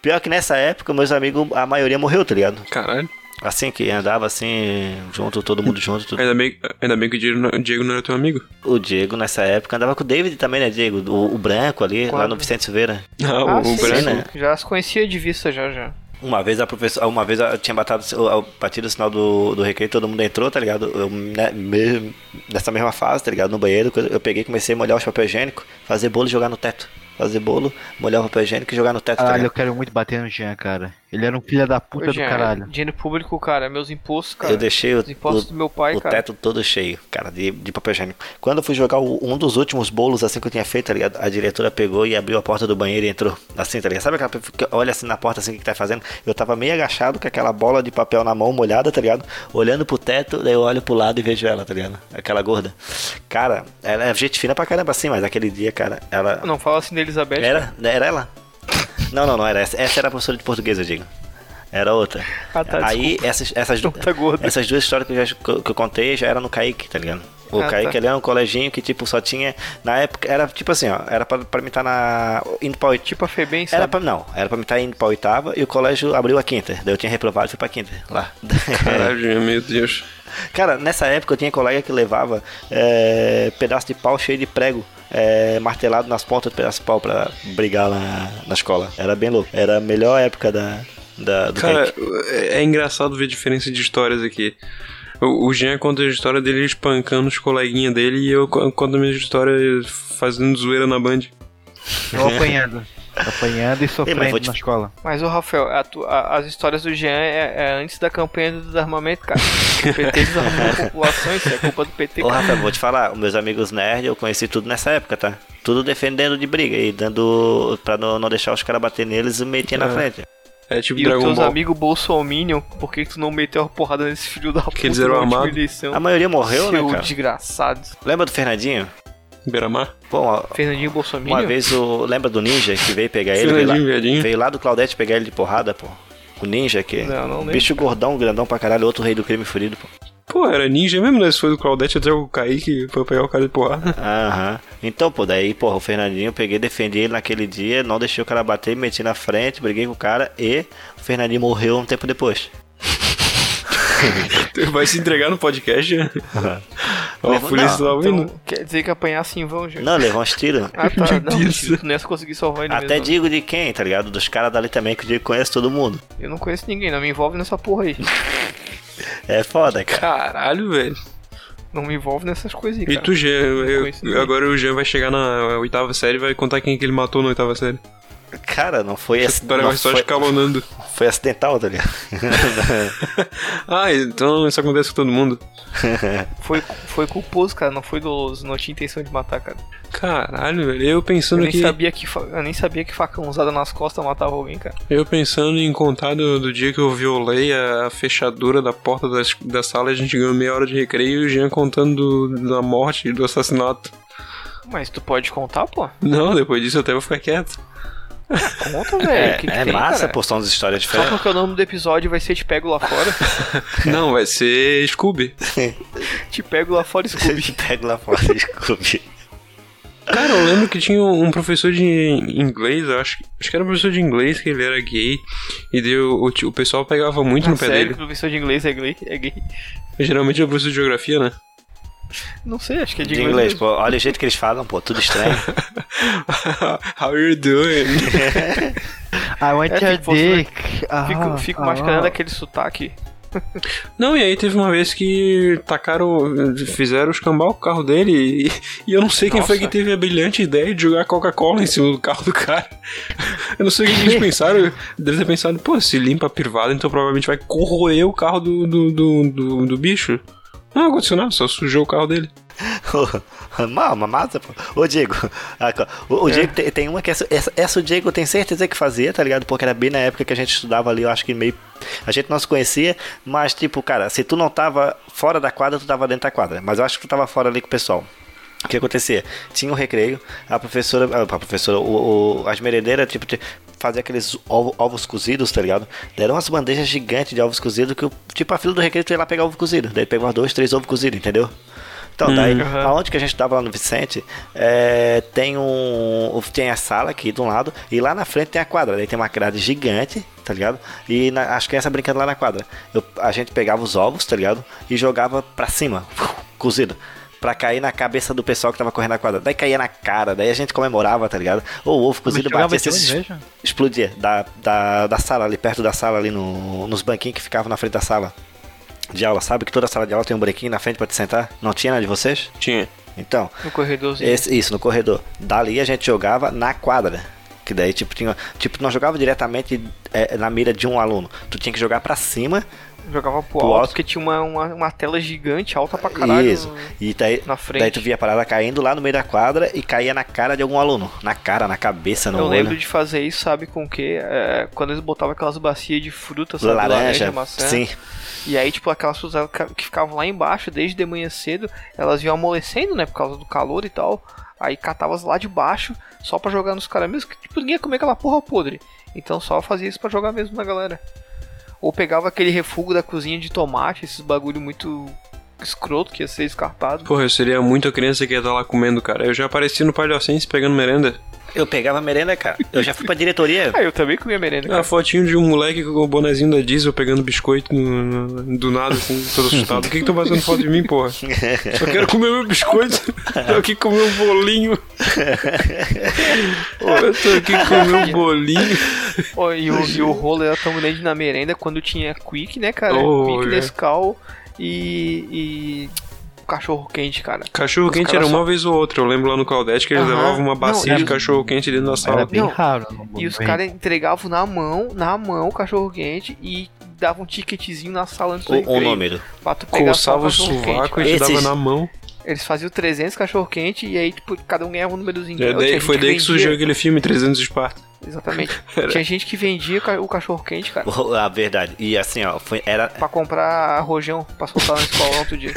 pior que nessa época, meus amigos, a maioria morreu, tá ligado?
Caralho.
Assim que andava, assim, junto, todo mundo junto. tudo.
Ainda bem, ainda bem que o Diego não, o Diego não era teu amigo.
O Diego, nessa época, andava com o David também, né, Diego? O, o branco ali, lá
Claro.
no Vicente Silveira.
Não, Ah, o
Ah, sim,
Branco.
né?
Já as conhecia de vista, já, já.
Uma vez a professora, uma vez eu tinha batado, eu batido o sinal do, do recreio, todo mundo entrou, tá ligado? Eu, né, me- nessa mesma fase, tá ligado? No banheiro, quando eu peguei, comecei a molhar os papel higiênico, fazer bolo e jogar no teto. Fazer bolo, molhar o papel higiênico e jogar no teto. tá
Caralho, eu
ligado?
quero muito bater no Jean, cara. Ele era um filho da puta
Ô,
do
Jean,
caralho.
é Dinheiro público, cara, meus impostos, cara.
eu deixei o,
Os impostos
o-
do meu pai,
o
cara.
teto todo cheio, cara, de, de papel higiênico. Quando eu fui jogar o- um dos últimos bolos assim que eu tinha feito, tá ligado? A diretora pegou e abriu a porta do banheiro e entrou. Assim, tá ligado? Sabe aquela pessoa que olha assim na porta assim o que tá fazendo? Eu tava meio agachado com aquela bola de papel na mão molhada, tá ligado? Olhando pro teto, daí eu olho pro lado e vejo ela, tá ligado? Aquela gorda. Cara, ela é gente fina pra caramba assim, mas aquele dia, cara, ela
Não fala assim da Elizabeth.
era, era ela? Não, não, não era essa. Essa era a professora de português, eu digo. Era outra.
Ah, tá,
Aí essas, essas, du-
Tá gorda.
essas duas histórias que eu, já, que eu contei já era no Kaique, tá ligado? O
Ah,
Kaique
tá.
ele era um colégio que, tipo, só tinha. Na época, era tipo assim, ó. Era pra, pra mim estar na. Indo pra oitava.
Tipo a Febem, sabe?
Era pra, não, era pra mim estar indo pra oitava e o colégio abriu a quinta. Daí eu tinha reprovado e fui pra quinta lá.
Caralho, meu Deus.
Cara, nessa época eu tinha colega que levava é, pedaço de pau cheio de prego. é, martelado nas pontas do pedaço de pau pra brigar lá na, na escola. Era bem louco. Era a melhor época da, da- do
Cara,
Kaique.
é é engraçado ver a diferença de histórias aqui. O o Jean conta a história dele espancando os coleguinhas dele e eu co- conto a minha história fazendo zoeira na Band.
Eu apanhando. apanhando e sofrendo
vou te-
na escola.
Mas, o Rafael, a tu- a- as histórias do Jean é, é antes da campanha do desarmamento, cara. O PT desarmou a população, isso é culpa do PT.
Ô, Rafa, eu vou te falar, os meus amigos nerd, eu conheci tudo nessa época, tá? Tudo defendendo de briga e dando. pra não, não deixar os caras bater neles e meter na
É.
frente.
É tipo
E os
Dragon
teus
Ball.
amigos Bolsominion, por que tu não meteu a porrada nesse filho da puta
eles eram
na última
armados.
eleição?
A maioria morreu, né,
Seu
cara?
desgraçado.
Lembra do Fernandinho?
Beiramar.
Pô, uma,
Fernandinho
uma
Bolsominion?
vez o. Lembra do Ninja que veio pegar É ele? Veio lá,
Fernandinho, viadinho.
veio lá do Claudete pegar ele de porrada, pô. O Ninja que.
Não, não lembro.
Bicho gordão, grandão pra caralho, outro rei do crime furido, pô.
Pô, era ninja mesmo, né? Se foi do Claudete até o Kaique foi pegar o cara ah, de porrada.
Aham. Então, pô, daí, porra, o Fernandinho, eu peguei, defendi ele naquele dia, não deixei o cara bater, me meti na frente, briguei com o cara e o Fernandinho morreu um tempo depois.
Tu Vai se entregar no podcast, né? Ó,
Levou-
por isso tá ouvindo.
Então, quer dizer que apanhasse em vão, gente.
Não, levou uns tiros.
Ah, tá. Não,
Deus.
mentira, tu não ia conseguir salvar ele
Até
mesmo,
digo de quem, tá ligado? Dos caras dali também, que eu digo que conhece todo mundo.
não. Eu não conheço ninguém, não me envolve nessa porra aí.
É foda, cara.
Caralho, velho.
Não me envolve nessas coisas aí,
E
cara.
tu, Jean? eu-
conheço ninguém.
agora o Jean vai chegar na oitava série e vai contar quem é que ele matou na oitava série.
Cara, não foi, ac...
Para
não
uma história
foi,
escalonando.
foi acidental, tá ligado?
Ah, então isso acontece com todo mundo.
Foi, foi culposo, cara, não foi doloso, não tinha intenção de matar, cara.
Caralho, velho. Eu
Eu
pensando
nem,
que.
sabia que fa- eu nem sabia que facão usada nas costas matava alguém, cara.
Eu pensando em contar do, do dia que eu violei a fechadura da porta das- da sala, a gente ganhou meia hora de recreio e o Jean contando do- da morte, do assassinato.
Mas tu pode contar, pô?
Não, depois disso eu até vou ficar quieto.
Conta, velho.
é
que que
é
tem,
massa,
cara?
pô, são as histórias
Só
diferentes.
porque o nome do episódio vai ser Te Pego Lá Fora.
Não, vai ser Scooby.
Te Pego Lá Fora Scooby.
Vocês pegam lá fora, desculpe.
Cara, eu lembro que tinha um professor de inglês, eu acho, que- acho que era um professor de inglês, que ele era gay, e deu, o, ti- o pessoal pegava muito no pé
Ah, Sério,
dele.
professor de inglês é gay? é gay?
Geralmente é o professor de geografia, né?
Não sei, acho que é de,
De inglês,
mesmo.
pô. Olha o jeito que eles falam, pô, tudo estranho.
How are you doing?
I want
É,
your
fico postando-
dick.
Fico,
Ah,
fico
ah,
mascarando aquele sotaque.
Não, e aí teve uma vez que tacaram, fizeram escambar o carro dele, e, e eu não sei quem foi
Nossa.
que teve a brilhante ideia de jogar Coca-Cola em cima do carro do cara. Eu não sei o que eles pensaram, deve ter pensado, pô, se limpa a privada, então provavelmente vai corroer o carro do, do, do, do, do bicho. Não aconteceu nada, só sujou o carro dele.
Mal, uma massa, pô. Ô, Diego. a co- O, o Diego tem, tem uma que essa, essa, essa o Diego tem certeza que fazia, tá ligado? Porque era bem na época que a gente estudava ali, eu acho que meio. A gente não se conhecia, mas, tipo, cara, se tu não tava fora da quadra, tu tava dentro da quadra. Mas eu acho que tu tava fora ali com o pessoal. O que acontecia? Tinha um recreio, a professora, a professora, o, o- as merendeiras, tipo, te- fazia aqueles ovo- ovos cozidos, tá ligado? Deram umas bandejas gigantes de ovos cozidos que, o- tipo, a fila do recreio tu ia lá pegar ovo cozido. Daí pegava dois, três ovos cozidos, entendeu? Então, daí,
Aham.
aonde que a gente tava lá no Vicente, é, tem um. Tem a sala aqui de um lado, e lá na frente tem a quadra. Daí tem uma grade gigante, tá ligado? E na- as crianças brincando lá na quadra. Eu- a gente pegava os ovos, tá ligado? E jogava pra cima, cozido. Pra cair na cabeça do pessoal que tava correndo na quadra. Daí caía na cara, daí a gente comemorava, tá ligado? Ou o ovo
Mas
cozido
jogava
batia,
de né? onde
se
mesmo?
explodia. Da, da, da sala ali, perto da sala ali, no, nos banquinhos que ficavam na frente da sala de aula. Sabe que toda sala de aula tem um brequinho na frente pra te sentar? Não tinha na de vocês?
Tinha.
Então,
No corredorzinho.
esse- isso, no corredor. Dali a gente jogava na quadra. Que daí, tipo, tinha. Tipo, não jogava diretamente eh, na mira de um aluno. Tu tinha que jogar pra cima.
Jogava pro
Pro
alto,
alto.
porque tinha uma, uma, uma tela gigante, alta pra caralho.
Isso. E daí,
Na frente.
daí tu via a parada caindo lá no meio da quadra e caía na cara de algum aluno. Na cara, na cabeça, no
Eu
olho.
lembro de fazer isso, sabe com o quê? É, quando eles botavam aquelas bacias de fruta, sabe?
laranja,
maçã.
sim.
E aí, tipo, aquelas pessoas ca- que ficavam lá embaixo desde de manhã cedo, elas iam amolecendo, né? Por causa do calor e tal. Aí catavas lá de baixo, só pra jogar nos caras mesmo, que tipo, ninguém ia comer aquela porra podre. Então só fazia isso pra jogar mesmo na galera. Ou pegava aquele refugo da cozinha de tomate, esses bagulho muito escroto que ia ser descartado.
Porra, eu seria muito a criança que ia estar lá comendo, cara. Eu já apareci no Palhocense pegando merenda.
Eu pegava merenda, cara. Eu já fui pra diretoria.
Ah, eu também comia merenda,
A
cara.
fotinho de um moleque com o bonezinho da Diesel pegando biscoito no- no- do nada, assim, todo assustado. Por que que tu passando foto de mim, porra? Só quero comer meu biscoito. Eu aqui comer um bolinho. Pô, eu tô aqui comer um bolinho.
Ó, e, o, e o rolo era tão grande na
é.
merenda quando tinha Quick, né, cara?
Oh,
quick,
é.
Nescau e, e cachorro quente, cara.
Cachorro
Os
quente
caras
era
só-
uma vez ou outra. Eu lembro lá no Claudete que eles
Aham.
levavam uma
Não,
bacia
era-
de cachorro quente dentro da
Era
sala.
bem
Não,
raro. não vou
E os
bem.
caras entregavam na mão, na mão, o cachorro quente e davam um ticketzinho na sala antes do
Ou um
recreio
número.
Pra tu pegar só
Coçava
o
o
cachorro
sovaco
quente.
e te dava
Esses-
na mão.
Eles faziam 300 cachorro quente e aí, tipo, cada um ganhava um númerozinho.
É
Então,
daí-
tinha gente
foi daí que surgiu
vendia-
aquele filme 300 Esparta.
Exatamente. Tinha gente que vendia ca- o cachorro quente, cara.
A verdade. E assim, ó, foi, era,
Pra comprar rojão pra soltar na escola no outro dia.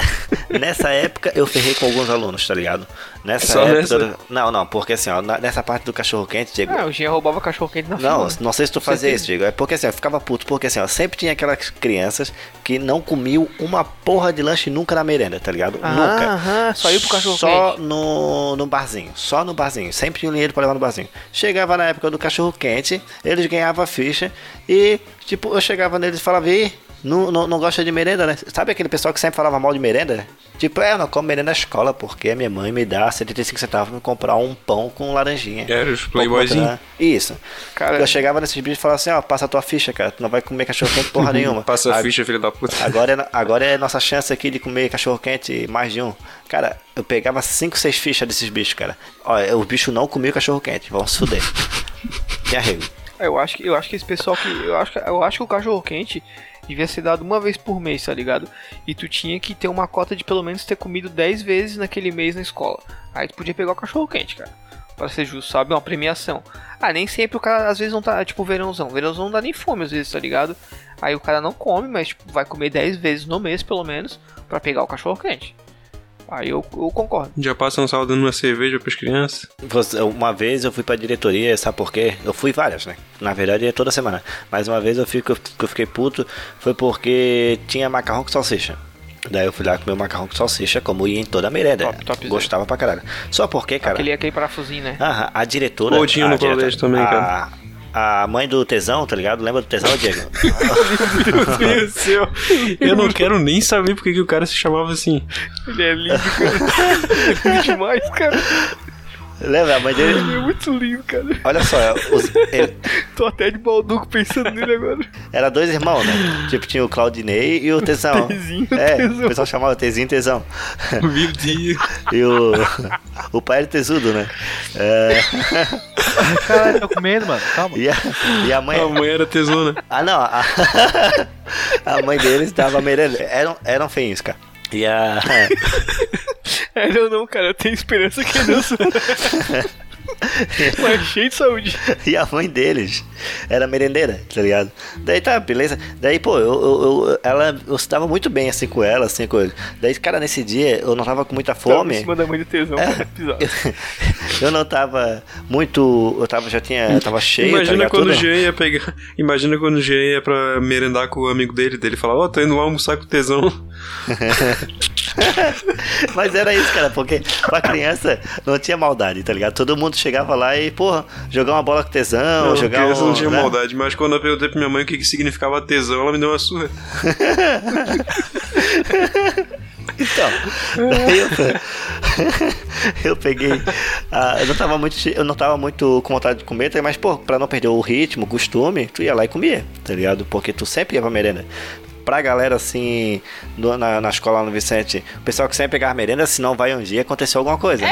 Nessa época eu ferrei com alguns alunos, tá ligado? Nessa
Só
época.
nessa?
Não, não, porque assim, ó, na- nessa parte do cachorro quente, Diego.
Ah, o Jean roubava cachorro quente na
Não,
fila.
não sei se tu fazia
Certeza.
isso, Diego. É porque assim, eu ficava puto, porque assim, ó, sempre tinha aquelas crianças que não comiam uma porra de lanche nunca na merenda, tá ligado?
Ah,
nunca.
aham, só ia pro cachorro
Só
quente.
no, no barzinho, só no barzinho. Sempre tinha um dinheiro pra levar no barzinho. Chegava na época do cachorro quente, eles ganhavam a ficha e, tipo, eu chegava neles e falava, Ih, não, não, não gosta de merenda, né? Sabe aquele pessoal que sempre falava mal de merenda? Tipo, é, eu não como merenda na escola porque a minha mãe me dá 75 centavos pra me comprar um pão com laranjinha.
Era É, os
Pão com
playboyzinhos.
tá.
laranjinha. Isso.
Cara,
Eu chegava nesses bichos e falava assim, ó, passa a tua ficha, cara, tu não vai comer cachorro quente porra nenhuma.
Passa a
Aí-
ficha, filho da puta.
Agora é, agora é nossa chance aqui de comer cachorro quente mais de um. Cara, eu pegava 5, 6 fichas desses bichos, cara. Olha, o bicho não comia cachorro quente, vão se fuder. Tem arrego.
eu acho que eu acho que esse pessoal que eu acho que, eu acho que o cachorro quente devia ser dado uma vez por mês, tá ligado? E tu tinha que ter uma cota de pelo menos ter comido 10 vezes naquele mês na escola. Aí tu podia pegar o cachorro quente, cara. Pra ser justo, sabe? Uma premiação. Ah, nem sempre o cara, às vezes não tá, tipo, verãozão. Verãozão não dá nem fome, às vezes, tá ligado? Aí o cara não come, mas tipo, vai comer 10 vezes no mês, pelo menos, pra pegar o cachorro quente. Aí eu, eu concordo.
Já passa um sal dando uma cerveja pras crianças.
Você- Uma vez eu fui pra diretoria, sabe por quê? Eu fui várias, né? Na verdade é toda semana. Mas uma vez eu, fico, que eu fiquei puto foi porque tinha macarrão com salsicha. Daí eu fui lá comer macarrão com salsicha, como ia em toda a merenda.
Top, topzera.
Gostava pra caralho. Só porque, cara.
Aquele, aquele parafusinho, né?
Aham, Ah, a diretora.
Ou tinha
a
no colégio também, cara.
A, a mãe do tesão, tá ligado? Lembra do tesão, Diego?
Meu Deus do céu. Eu não quero nem saber porque que o cara se chamava assim.
Ele é lindo, cara. lindo demais, cara.
Lembra a mãe dele?
Ele é muito lindo, cara.
Olha só, os- ele-
Tô até de balduco pensando nele agora.
era dois irmãos, né? Tipo, tinha o Claudinei e o tesão.
Tezinho,
é,
Tesão.
o pessoal chamava Tezinho e tesão. É.
Meu Deus.
E o, o pai era tesudo, né? É,
Caralho, tô com medo, mano. Calma.
e, a, e a mãe. é-
A mãe era tesona.
Ah, não. A, a mãe deles tava merenda. Eram, eram feinhos, cara. E a.
É, eu não, cara. Eu tenho esperança que ele sou. Mas é cheio de saúde.
E a mãe deles era merendeira, tá ligado? Daí tá, beleza. Daí, pô, eu, eu, eu- ela, eu se dava muito bem assim com ela, assim, com ele. Daí, cara, nesse dia eu não tava com muita
Tava Em
fome.
cima da Tá mãe do tesão,
É.
cara. Bizarro.
Eu não tava muito. Eu tava, já tinha. eu Tava cheio, tá
Imagina
ligado?
quando o
Tudo.
Jean ia pegar. Imagina quando o Jean ia pra merendar com o amigo dele. Dele falar: Ó, tô indo lá almoçar com o tesão.
Mas era isso, cara, porque pra criança não tinha maldade, tá ligado? Todo mundo chegava lá e, porra, jogar uma bola com tesão,
Não,
jogar
criança
um,
não tinha
né?
maldade, mas quando eu perguntei pra minha mãe o que, que significava tesão, ela me deu uma surra.
Então, daí eu, eu peguei. ah, eu, não tava muito, che- eu não tava muito com vontade de comer, tá? mas, pô, pra não perder o ritmo, o costume, tu ia lá e comia, tá ligado? Porque tu sempre ia pra merenda. Pra galera assim, do- na, na escola lá no Vicente, o pessoal que sempre pegava merenda, se não vai um dia, aconteceu alguma
É
coisa.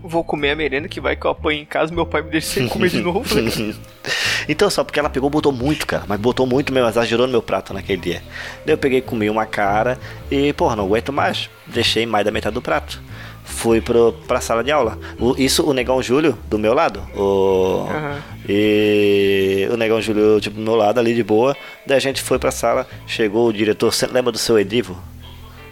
Vou comer a merenda que vai que eu apanho em casa. Meu pai me deixa sem comer de novo. né, cara?
Então, só porque ela pegou, botou muito, cara. Mas botou muito mesmo, exagerou no meu prato naquele dia. Daí eu peguei, comi uma cara e, porra, não aguento mais. Deixei mais da metade do prato. Fui pro, pra sala de aula. O- isso o Negão Júlio, do meu lado. O,
Aham.
E o Negão Júlio, tipo, do meu lado ali de boa. Daí a gente foi pra sala, chegou o diretor. cê lembra do seu Edivo?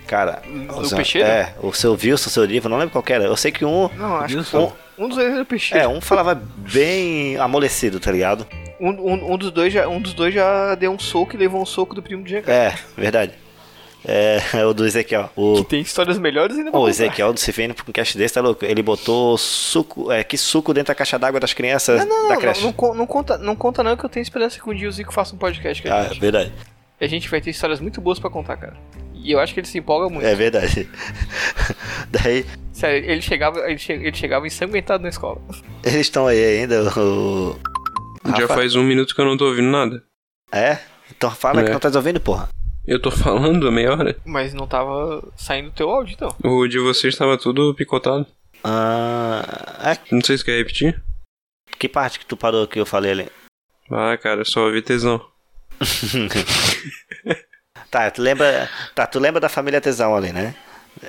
Cara,
Do
os-
Peixeira?
É, o seu Wilson, o seu Edivo, não lembro qual que era. Eu sei que um.
Não, acho que
um,
um, um dos dois era o peixe.
é, um falava bem amolecido, tá ligado?
Um, um, um dos dois já, um dos dois já deu um soco e levou um soco do primo de Jean. cara.
É, verdade. É, o do Ezequiel. O,
Que tem histórias melhores ainda pra
o
contar.
Ezequiel do CVN com um cast desse, tá louco? Ele botou suco, é, que suco dentro da caixa d'água das crianças
Não, não,
da
não,
creche.
não, con- não conta, não conta não que eu tenho esperança que um dia o Zico faça um podcast com a
Ah,
gente.
verdade.
E a gente vai ter histórias muito boas pra contar, cara. E eu acho que ele se empolga muito.
É verdade. Daí,
Sério, ele chegava, ele, che- ele chegava ensanguentado na escola.
eles estão aí ainda, o...
Já
Rafa-
Um faz um minuto que eu não tô ouvindo nada.
É? Então fala
É.
que não tá ouvindo, porra.
Eu tô falando há meia hora.
Mas não tava saindo teu áudio, então.
O de vocês estava tudo picotado.
Ah, é,
Não sei se quer repetir.
que parte que tu parou que eu falei ali?
Ah, cara, só ouvi tesão.
Tá, tu lembra, tá, tu lembra da família Tesão ali, né?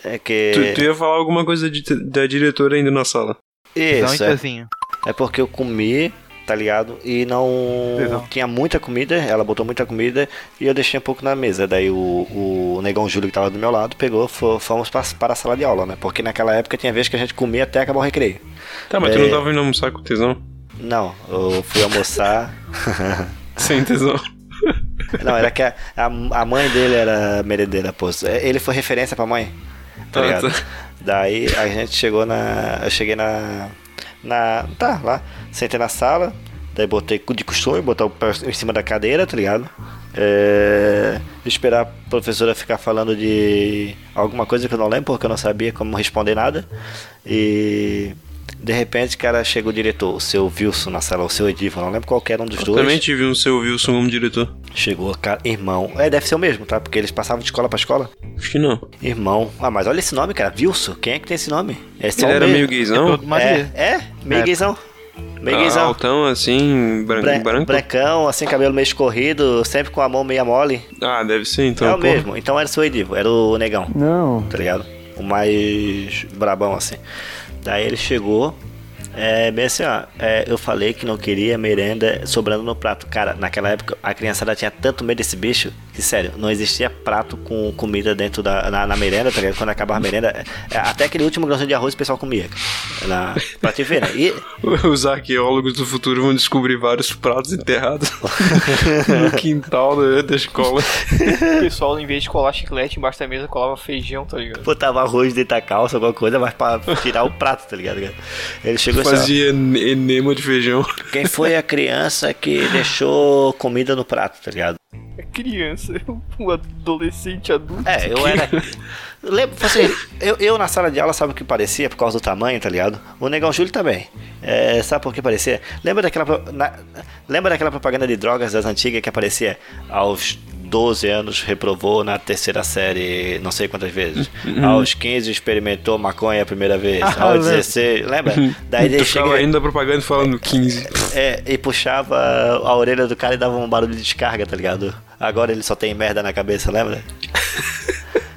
É que.
Tu, tu ia falar alguma coisa de- da diretora ainda na sala.
um
Não,
Isso, é,
Itazinho.
É porque eu comi, tá ligado? E não
Legal.
tinha muita comida, ela botou muita comida e eu deixei um pouco na mesa. Daí o, o negão Júlio que tava do meu lado pegou, fo- fomos pra- para a sala de aula, né? Porque naquela época tinha vez que a gente comia até acabar o recreio.
Tá, mas
É.
tu não tava indo almoçar com tesão?
Não, eu fui almoçar.
Sem tesão.
não, era que a, a, a mãe dele era merendeira, pô. É, Ele foi referência pra mãe. Tá
Ah,
ligado?
tá.
Daí a gente chegou na. Eu cheguei na. Na. Tá, lá. Sentei na sala. Daí botei de costume, botar o pé em cima da cadeira, tá ligado? É, esperar a professora ficar falando de alguma coisa que eu não lembro, porque eu não sabia como responder nada. E. De repente, cara, chega o diretor, o seu Wilson na sala, o seu Edivo, não lembro qual que era um dos
Eu
dois.
também tive um seu Wilson como diretor.
Chegou, cara, irmão. É, deve ser o mesmo, tá? Porque eles passavam de escola pra escola.
Acho que não.
Irmão. Ah, mas olha esse nome, cara. Wilson. Quem é que tem esse nome? É só
Ele
o
era
mesmo.
meio gaysão?
Todo magia.
É, é meio
Na
gaysão. Meio
Ah,
gaysão.
altão, assim, bran-
Bre-
branco.
Brancão, assim, cabelo meio escorrido, sempre com a mão meio mole.
Ah, deve ser então.
é o
pô.
mesmo. Então era o seu Edivo, era o negão. Não. Tá ligado? O mais brabão, assim. Daí ele chegou. É, bem assim, ó, é, eu falei que não queria merenda sobrando no prato. Cara, naquela época a criançada tinha tanto medo desse bicho que, sério, não existia prato com comida dentro da na, na merenda, tá ligado? Quando acabava a merenda, é, até aquele último grãozinho de arroz o pessoal comia. Na, pra te ver, né? E,
Os arqueólogos do futuro vão descobrir vários pratos enterrados no quintal da, da escola.
O pessoal, em vez de colar chiclete embaixo da mesa, colava feijão, tá ligado?
botava arroz dentro da calça, alguma coisa, mas pra tirar o prato, tá ligado? cara? Ele chegou assim, ó,
Fazia en- enema de feijão.
Quem foi a criança que deixou comida no prato, tá ligado?
É criança, um adolescente adulto.
É, eu era. Lembro, assim, eu, eu na sala de aula sabe o que parecia por causa do tamanho, tá ligado? O Negão Júlio também. É, sabe por que parecia? Lembra daquela, pro- na- lembra daquela propaganda de drogas das antigas que aparecia aos 12 anos reprovou na terceira série não sei quantas vezes. Aos 15 experimentou maconha a primeira vez. aos 16, lembra? Daí ele
Tu
chega-
ficava ainda da propaganda falando 15.
É, e puxava a orelha do cara e dava um barulho de descarga, tá ligado? Agora ele só tem merda na cabeça, lembra?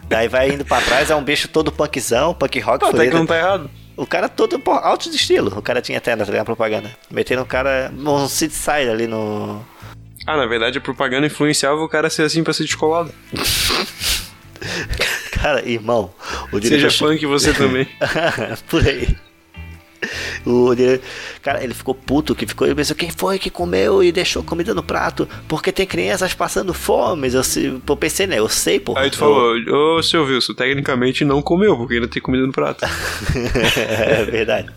Daí vai indo pra trás, é um bicho todo punkzão, punk rock,
Até que
fudido.
não tá errado.
O cara todo pô, alto de estilo. O cara tinha até na na propaganda. Metendo um cara, um sideline ali no...
Ah, na verdade a propaganda influenciava o cara a ser assim pra ser descolado.
Cara, irmão, o diretor...
Seja funk você também.
Por aí. O dire- cara, ele ficou puto que ficou. Ele pensou: quem foi que comeu e deixou comida no prato? Porque tem crianças passando fome. Eu, se- eu pensei, né? Eu sei, pô.
Aí tu falou, ô seu Wilson, tecnicamente não comeu, porque ainda tem comida no prato.
é verdade.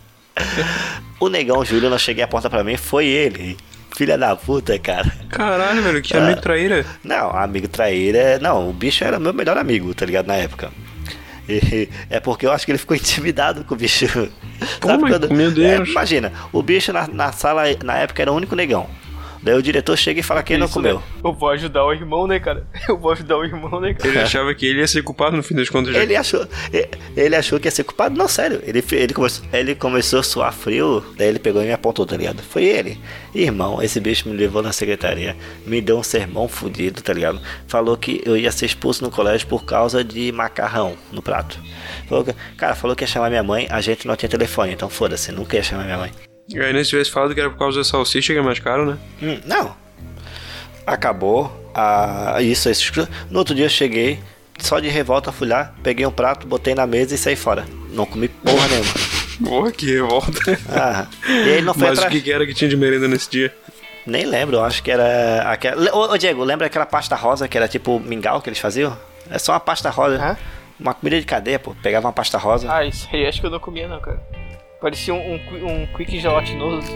O negão Júlio, não cheguei a porta pra mim, foi ele. Filha da puta, cara.
Caralho, velho, que amigo traíra.
Não, amigo traíra. Não, o bicho era meu melhor amigo, tá ligado? Na época. E- é porque eu acho que ele ficou intimidado com o bicho.
Pô, mas meu Deus.
É, imagina, o bicho na, na sala, na época, era o único negão. Daí o diretor chega e fala que ele não
Isso,
comeu.
né? Eu vou ajudar o irmão, né, cara? Eu vou ajudar o irmão, né, cara?
Ele achava que ele ia ser culpado no fim das contas. já.
Ele achou, e- ele achou que ia ser culpado. Não, sério. Ele, fe- ele, começou, ele começou a suar frio, daí ele pegou e me apontou, tá ligado? Foi ele. Irmão, esse bicho me levou na secretaria, me deu um sermão fudido, tá ligado? Falou que eu ia ser expulso no colégio por causa de macarrão no prato. Falou que- cara, falou que ia chamar minha mãe, a gente não tinha telefone, então foda-se, nunca ia chamar minha mãe.
E aí nem se tivesse falado que era por causa da salsicha que é mais caro, né?
Hum, não. Acabou. Ah, isso, isso. No outro dia eu cheguei, só de revolta fui lá, peguei um prato, botei na mesa e saí fora. Não comi porra nenhuma.
Porra, que revolta.
Ah, e ele não foi
Mas o
atrás.
que que era que tinha de merenda nesse dia?
Nem lembro, eu acho que era aquela. Le- Ô, ô, Diego, lembra aquela pasta rosa que era tipo mingau que eles faziam? É só uma pasta rosa.
Hã?
Uma comida de cadeia, pô. Pegava uma pasta rosa.
Ah, isso aí acho que eu não comia, não, cara. Parecia um, um, qui- um quick gelatinoso.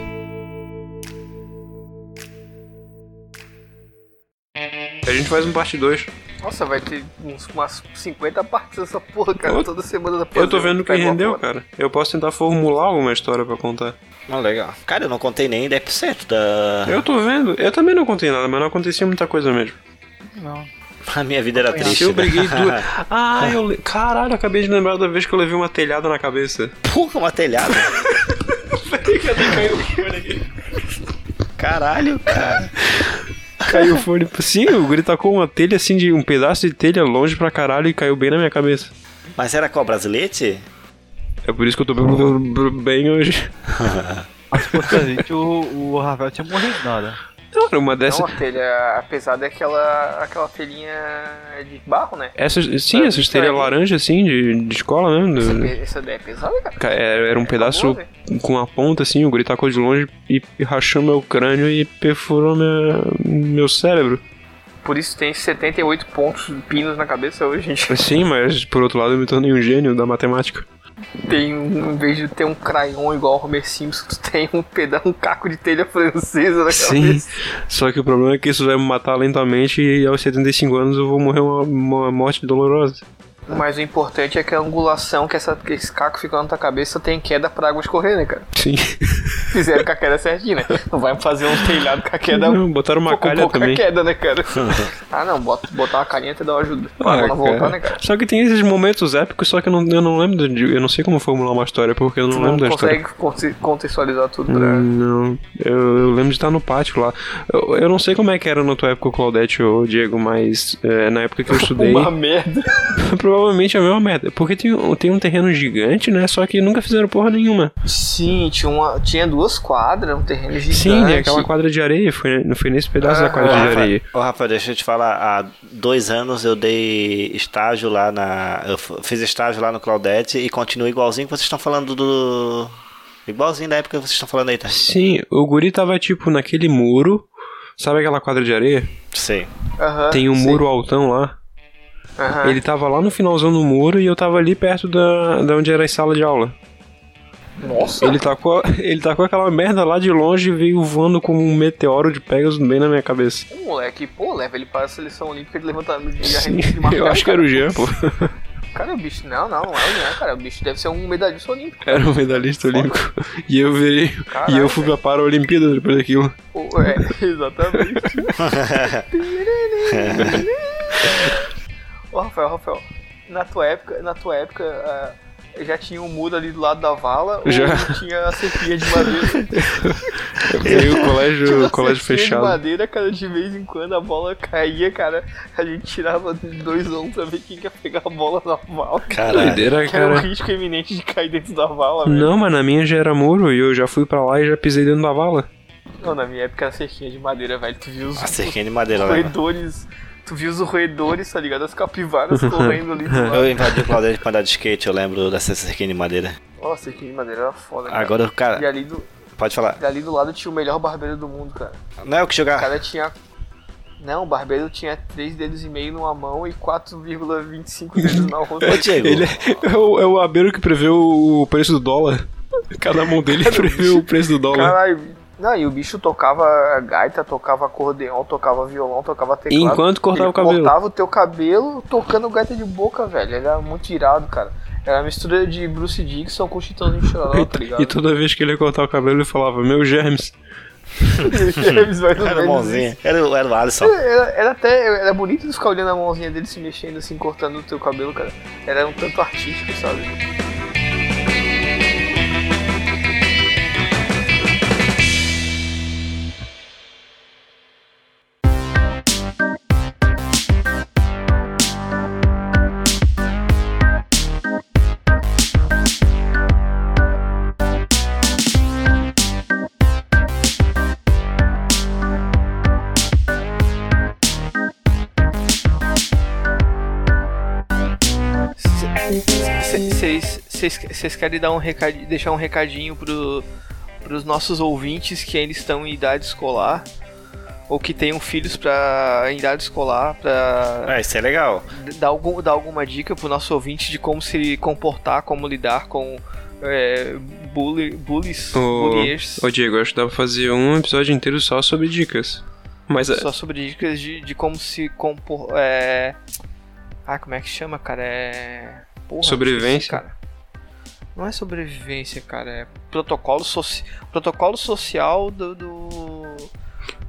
A gente faz um parte 2.
Nossa, vai ter uns, umas 50 partes dessa porra, cara,
Eu-
toda semana da porra.
Eu tô vendo que rendeu, cara. Eu posso tentar formular alguma história pra contar.
Ah, legal. Cara, eu não contei nem 10% da.
Eu tô vendo. Eu também não contei nada, mas não acontecia muita coisa mesmo.
Não.
A minha vida era triste.
eu
né?
briguei duas. Ah, eu. le- Caralho, eu acabei de lembrar da vez que eu levei uma telhada na cabeça.
Porra, uma telhada.
Peraí, cadê? Caiu o fone aqui.
Caralho, cara.
Caiu o fone. Sim, o guri tacou uma telha assim, de um pedaço de telha longe pra caralho e caiu bem na minha cabeça.
Mas era qual? Brasilete?
É por isso que eu tô bem- bem- bem hoje.
Mas se fosse a gente, o, o Rafael tinha morrido na hora.
Não, era uma dessa.
Não, a telha, a pesada é aquela, aquela telhinha de barro, né?
Essas, sim,
É,
essas telhas
é.
laranja assim, de, de escola, né?
Essa,
Do-
pe- essa daí é pesada, cara.
Ca- Era
É
era um pedaço
Acabou,
com uma ponta assim, o guri tacou de longe e e rachou meu crânio e perfurou minha, meu cérebro.
Por isso tem 78 pontos de pinos na cabeça hoje, gente.
Sim, mas por outro lado eu me tornei um gênio da matemática.
Tem um, em vez de ter um crayon igual ao Homer Simpson, tu tem um pedaço, um caco de telha francesa na
Sim,
cabeça.
só que o problema é que isso vai me matar lentamente e aos 75 anos eu vou morrer uma, uma morte dolorosa.
Mas o importante é que a angulação que, essa, que esse caco fica na tua cabeça tem queda pra água escorrer, né, cara?
Sim,
Fizeram com a queda certinha, né? Não vai fazer um telhado com a queda.
Não, botaram uma
um com
calha
pouca
também.
queda, né, cara? ah, não, bota, botar uma calhinha até dá uma ajuda. Pra
Ah,
ela não voltar,
cara.
né, cara?
Só que tem esses momentos épicos, só que eu não, eu não lembro, de, eu não sei como formular uma história, porque eu não
Tu
lembro da
não
história.
consegue conte- contextualizar tudo né? pra.
Não, eu, eu lembro de estar no pátio lá. Eu, eu não sei como é que era na tua época, Claudete ou Diego, mas é, na época que eu estudei,
Uma merda.
provavelmente é a mesma merda. Porque tem, um- tem um terreno gigante, né? Só que nunca fizeram porra nenhuma.
Sim, tinha, uma, tinha duas quadras, um terreno gigante.
Sim, é aquela quadra de areia. Foi, não foi nesse pedaço da
Ah,
quadra de areia.
Ô, Rafael, deixa eu te falar. Há dois anos eu dei estágio lá na. Eu f- fiz estágio lá no Claudete e continuo igualzinho que vocês estão falando do. Igualzinho da época que vocês estão falando aí, tá?
Sim, o guri tava tipo naquele muro. Sabe aquela quadra de areia?
Sei.
Aham,
Tem um
Ah, sim.
muro altão lá.
Aham.
Ele tava lá no finalzão do muro e eu tava ali perto da, da onde era a sala de aula.
Nossa,
Ele tacou, ele tacou aquela merda lá de longe e veio voando como um meteoro de Pegasus bem na minha cabeça.
moleque, pô, leva ele pra seleção olímpica de levantamento de
Sim,
arremesso de martelo,
eu acho que era
cara.
o Jean, pô.
Cara, o bicho, não, não, não é o Jean, cara. O bicho deve ser um medalhista olímpico.
Era um medalhista olímpico. E eu virei.
Caralho,
e eu fui pra Paralimpíada depois daquilo.
Pô, é, exatamente. Ô, Rafael, Rafael, na tua época, na tua época, ah, já tinha um muro ali do lado da vala
Já.
ou tinha a cerquinha de madeira?
Veio o colégio,
Tinha
o colégio
cerquinha
fechado.
de madeira, cara, de vez em quando a bola caía, cara. A gente tirava dois a um pra ver quem ia pegar a bola na vala.
Caralho.
Doideira,
Que era um
cara.
risco iminente de cair dentro da vala, velho.
Não, mas na minha já era muro e eu já fui pra lá e já pisei dentro da vala.
Não, na minha época era cerquinha de madeira, velho. Tu viu os
A cerquinha de madeira lá.
roedores. Tu viu os roedores, tá ligado? As capivaras correndo ali. do lado.
Eu invadi o Claudete pra andar de skate, eu lembro dessa cerquinha de madeira.
Nossa, cerquinha de madeira era foda, cara.
Agora o
E
cara.
ali do,
Pode falar.
e ali do lado tinha o melhor barbeiro do mundo, cara.
Não é o que
O
jogar.
cara tinha. Não, o barbeiro tinha 3 dedos e meio numa mão e 4,25 dedos na outra.
Ô, Diego.
Ele é, é o, é o abeiro que prevê o preço do dólar. Cada mão dele prevê o preço do dólar.
Caralho. Não, e o bicho tocava gaita, tocava acordeão, tocava violão, tocava teclado.
Enquanto cortava
Ele
o cabelo.
cortava o teu cabelo tocando gaita de boca, velho. Ele era muito irado, cara. Era a mistura de Bruce Dixon com Chitãozinho Chororó, tá ligado?
E toda vez que ele ia cortar o cabelo, ele falava, meu germes.
Eles mais ou
Era o
menos
mãozinha.
isso.
Era, o- era o Alisson.
Era, era até era bonito de ficar olhando a mãozinha dele se mexendo assim, cortando o teu cabelo, cara. Era um tanto artístico, sabe? Vocês querem dar um recadinho, deixar um recadinho pro, pros nossos ouvintes que ainda estão em idade escolar ou que tenham filhos pra, em idade escolar pra
Ah, isso é legal.
d- dar, algum, dar alguma dica pro nosso ouvinte de como se comportar, como lidar com é, bully, bullies,
Ô,
bullies
Ô Diego, acho que dá pra fazer um episódio inteiro só sobre dicas. Mas é,
só sobre dicas de, de como se compor... É... Ah, como é que chama, cara? É... Porra,
Sobrevivência?
esqueci, cara. Não é sobrevivência, cara. É protocolo, soci... protocolo social do... do...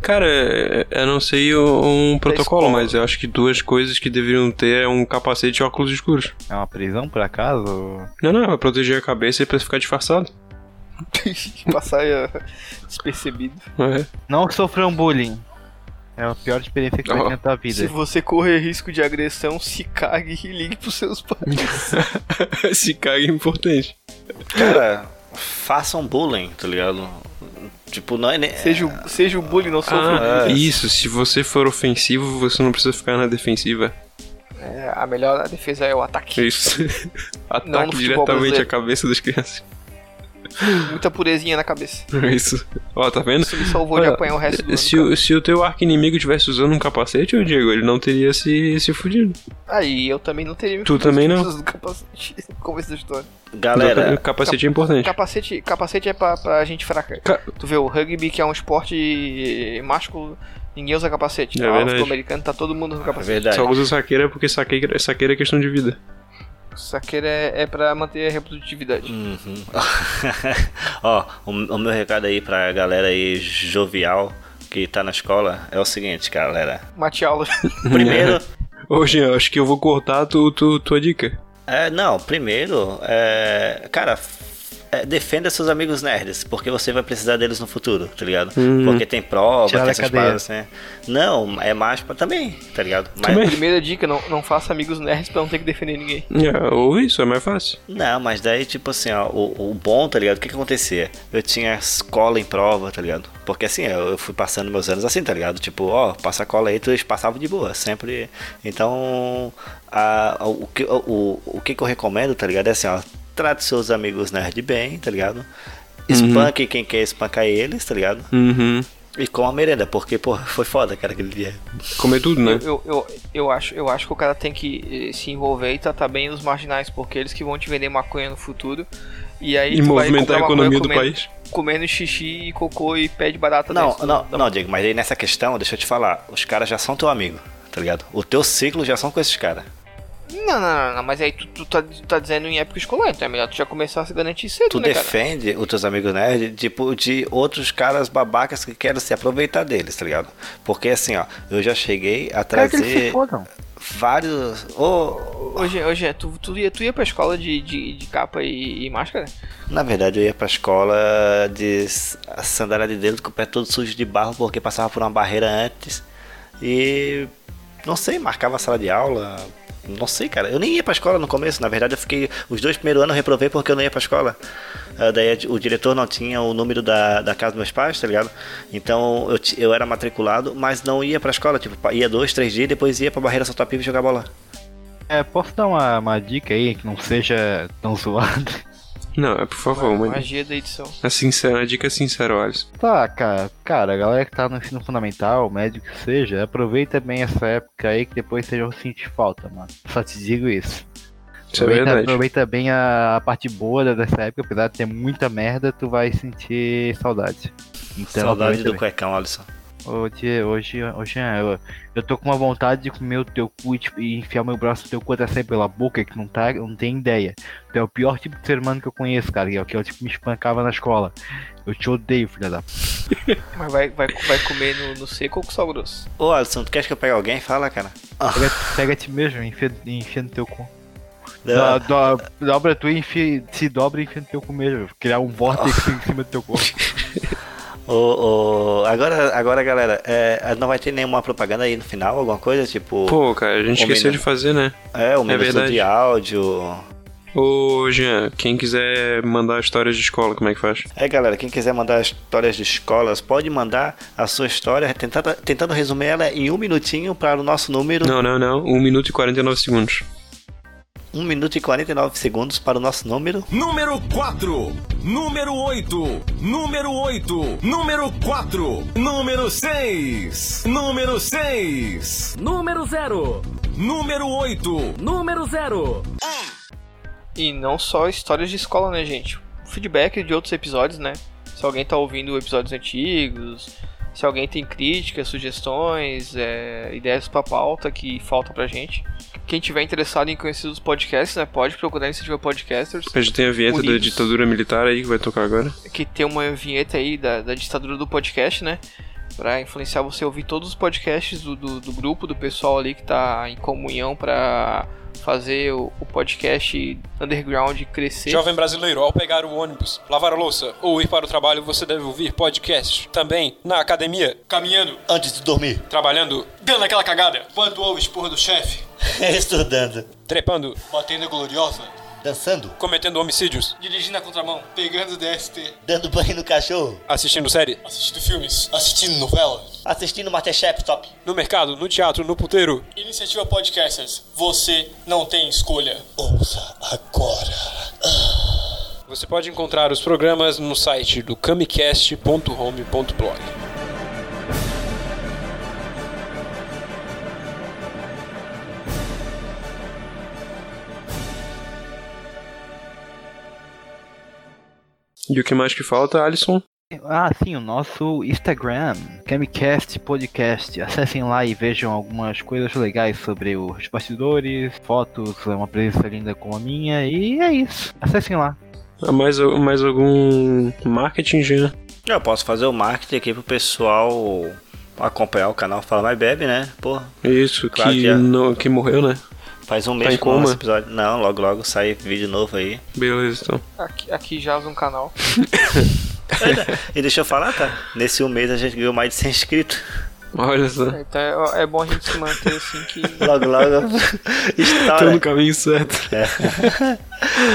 Cara, é- eu não sei o- um protocolo, mas eu acho que duas coisas que deveriam ter é um capacete e óculos escuros.
É uma prisão, por acaso?
Não, não, é pra proteger a cabeça e pra ficar disfarçado.
Passar eh, despercebido.
É.
Não que sofreu um bullying. É a pior experiência que você
Ó.
tem na tua vida.
Se você correr risco de agressão, se cague e ligue pros seus pais.
Esse caga é importante.
Cara, façam bullying, tá ligado? Tipo, não é nem.
seja, o, seja o bullying, não sofra.
Ah, isso, se você for ofensivo, você não precisa ficar na defensiva.
É, a melhor defesa é o ataque.
Isso. Ataque
Não no futebol
diretamente
brasileiro.
a cabeça das crianças. É
Muita purezinha na cabeça.
Isso. Ó, tá vendo?
Isso me salvou de
Olha,
apanhar o resto do
É, Se
ano,
o, se o teu arco inimigo tivesse usando um capacete, ô Diego, ele não teria se, se fudido.
cara. Aí eu também não teria me
Tu
fudido
também não.
com essas do capacete no começo da história.
Galera,
o capacete é importante.
Capacete, capacete é pra, pra gente fraca.
Ca-
Tu vê, o rugby que é um esporte másculo, ninguém usa capacete.
É
Ah, o
verdade.
futebol-americano tá todo mundo no
é
capacete.
verdade.
Só usa saqueira porque saqueira, saqueira é questão de vida.
Saqueira é, é pra manter a
Hum.
reprodutividade.
Uhum. Ó, o, o meu recado aí pra galera aí jovial que tá na escola é o seguinte, galera.
Mate aula.
Primeiro,
Ô, Jean, eu acho que eu vou cortar tu, tu- tua dica.
é, não, primeiro, é, cara, f- é, defenda seus amigos nerds, porque você vai precisar deles no futuro, tá ligado? Porque tem prova,
Hum. Tirar
tem
da
essas
cadeia.
paradas, né? Não, é mais pra também, tá ligado? Mas,
Também.
Primeira dica, não, não faça amigos nerds pra não ter que defender ninguém.
É, ou isso, é mais fácil.
Não, mas daí, tipo assim, ó, o, o bom, tá ligado? O que que acontecia? Eu tinha cola em prova, tá ligado? Porque assim, eu, eu fui passando meus anos assim, tá ligado? Tipo, ó, passa cola aí, tu passava de boa, sempre. Então, a- a- o, que, o, o que que eu recomendo, tá ligado? É assim, ó, trate seus amigos nerd bem, tá ligado? Espanque quem quer espancar eles, tá ligado?
Uhum.
E com a merenda, porque, pô, foi foda, cara, aquele dia.
Comer tudo, né?
Eu, eu, eu, acho, eu acho que o cara tem que eh, se envolver e tratar bem os marginais, porque eles que vão te vender maconha no futuro. E aí
E
tu vai
movimentar a
comprar maconha
economia do
comendo-
país.
Comendo xixi e cocô e pé de barata
Não,
dentro.
não, não, Diego, mas aí nessa questão, deixa eu te falar, os caras já são teu amigo, tá ligado? O teu ciclo já são com esses caras.
Não, não, não, não, mas aí tu, tu tá, tu tá dizendo em época escolar, então é melhor tu já começar a se garantir cedo,
Tu
né, cara?
defende os teus amigos nerd, tipo, de outros caras babacas que querem se aproveitar deles, tá ligado? Porque assim, ó, eu já cheguei a
Quero que eles se
trazer
fodam.
vários. Ô,
Hoje, hoje é, tu, tu, ia, tu ia pra escola de, de, de capa e, e máscara?
na verdade, eu ia pra escola de s- sandália de dedo com o pé todo sujo de barro, porque passava por uma barreira antes. E. Não sei, marcava a sala de aula. Não sei, cara. Eu nem ia pra escola no começo. Na verdade, eu fiquei. Os dois primeiros anos eu reprovei porque eu não ia pra escola. Ah, Daí o diretor não tinha o número da, da casa dos meus pais, tá ligado? Então eu, ti- eu era matriculado, mas não ia pra escola. Tipo, pa- ia dois, três dias, depois ia pra barreira soltar pipa e jogar bola.
É, posso dar uma, uma dica aí que não seja tão zoada?
Não, é por favor, mãe.
Magia da edição.
A, sincera, a dica é sincera, Wallace.
Tá, cara, cara, a galera que tá no ensino fundamental, médio que seja, aproveita bem essa época aí que depois vocês vão sentir falta, mano. Só te digo isso.
Isso é
aproveita,
verdade.
aproveita bem a, a parte boa da- dessa época, apesar de ter muita merda, tu vai sentir saudade. Então,
Saudade
aproveita
do cuecão, Alisson.
bem. Ô, Diego, hoje, hoje eu, eu tô com uma vontade de comer o teu cu e, tipo, e enfiar meu braço no teu cu até sair pela boca, que não, tá, não tem ideia. Tu é o pior tipo de ser humano que eu conheço, cara, que é o que eu tipo, me espancava na escola. Eu te odeio, filha da
Mas vai, vai, vai comer no, no seco ou com sal grosso?
Ô, Alisson, tu queres que eu pegue alguém? Fala, cara.
Pega, pega ti mesmo, enfia, enfia no teu cu. Do, do- dobra tu e enfia, se dobra e enfia no teu cu mesmo. Criar um vórtice em cima do teu corpo.
Ô, ô, agora, agora, galera, é, não vai ter nenhuma propaganda aí no final, alguma coisa? Tipo,
Pô, cara, a gente
Ô,
esqueceu
menino.
de fazer, né?
é, um
é
minuto
verdade.
de áudio.
Ô, Jean, quem quiser mandar histórias de escola, como é que faz?
É, galera, quem quiser mandar histórias de escolas, pode mandar a sua história, tentando, tentando resumir ela em um minutinho para o nosso número,
Não, não, não. 1 minuto e 49 segundos.
um minuto e 49 segundos para o nosso número.
Número 4, número 8, número 8, número 4, número 6, número 6,
Número zero,
número 8.
número zero.
E não só histórias de escola, né, gente? Feedback de outros episódios, né? Se alguém tá ouvindo episódios antigos, se alguém tem críticas, sugestões, é, ideias pra pauta que falta pra gente. Quem tiver interessado em conhecer os podcasts, né, pode procurar a Iniciativa Podcasters,
A gente tem a vinheta da
Unidos.
ditadura militar aí que vai tocar agora.
que tem uma vinheta aí da, da ditadura do podcast, né? Pra influenciar você a ouvir todos os podcasts do, do, do grupo, do pessoal ali que tá em comunhão pra fazer o, o podcast underground crescer.
Jovem brasileiro, ao pegar o ônibus, lavar a louça ou ir para o trabalho, você deve ouvir podcast. Também na academia, caminhando,
Antes de dormir,
trabalhando, dando aquela cagada, quando ouve expor do chefe,
estudando,
trepando,
batendo gloriosa,
dançando,
cometendo homicídios,
dirigindo a contramão, pegando DST,
dando banho no cachorro,
assistindo série,
assistindo filmes, assistindo novela.
assistindo Masterchef Top.
no mercado, no teatro, no puteiro.
Iniciativa Podcasters, você não tem escolha.
Ouça agora.
Você pode encontrar os programas no site do camicast.home.blog.
E o que mais que falta, Alisson?
Ah, sim, o nosso Instagram, Camcast Podcast. Acessem lá e vejam algumas coisas legais sobre os bastidores, fotos, é uma presença linda como a minha, e é isso. Acessem lá.
Ah, mais, al- mais algum marketing, Jean?
Eu posso fazer o marketing aqui pro pessoal acompanhar o canal Fala Mais Bebe, né? Pô,
Isso,
Claro
que,
que é.
não- que morreu, né?
faz um mês
em
que não lança
coma?
episódio. Não, logo logo sai vídeo novo aí.
Beleza, então.
Aqui, aqui jaz um canal.
E deixa eu falar, tá? Nesse um mês a gente ganhou mais de 100 inscritos.
Olha só.
Então é, é bom a gente se manter assim que
Logo logo tá, né?
Tô no
estoura.
caminho certo.
É.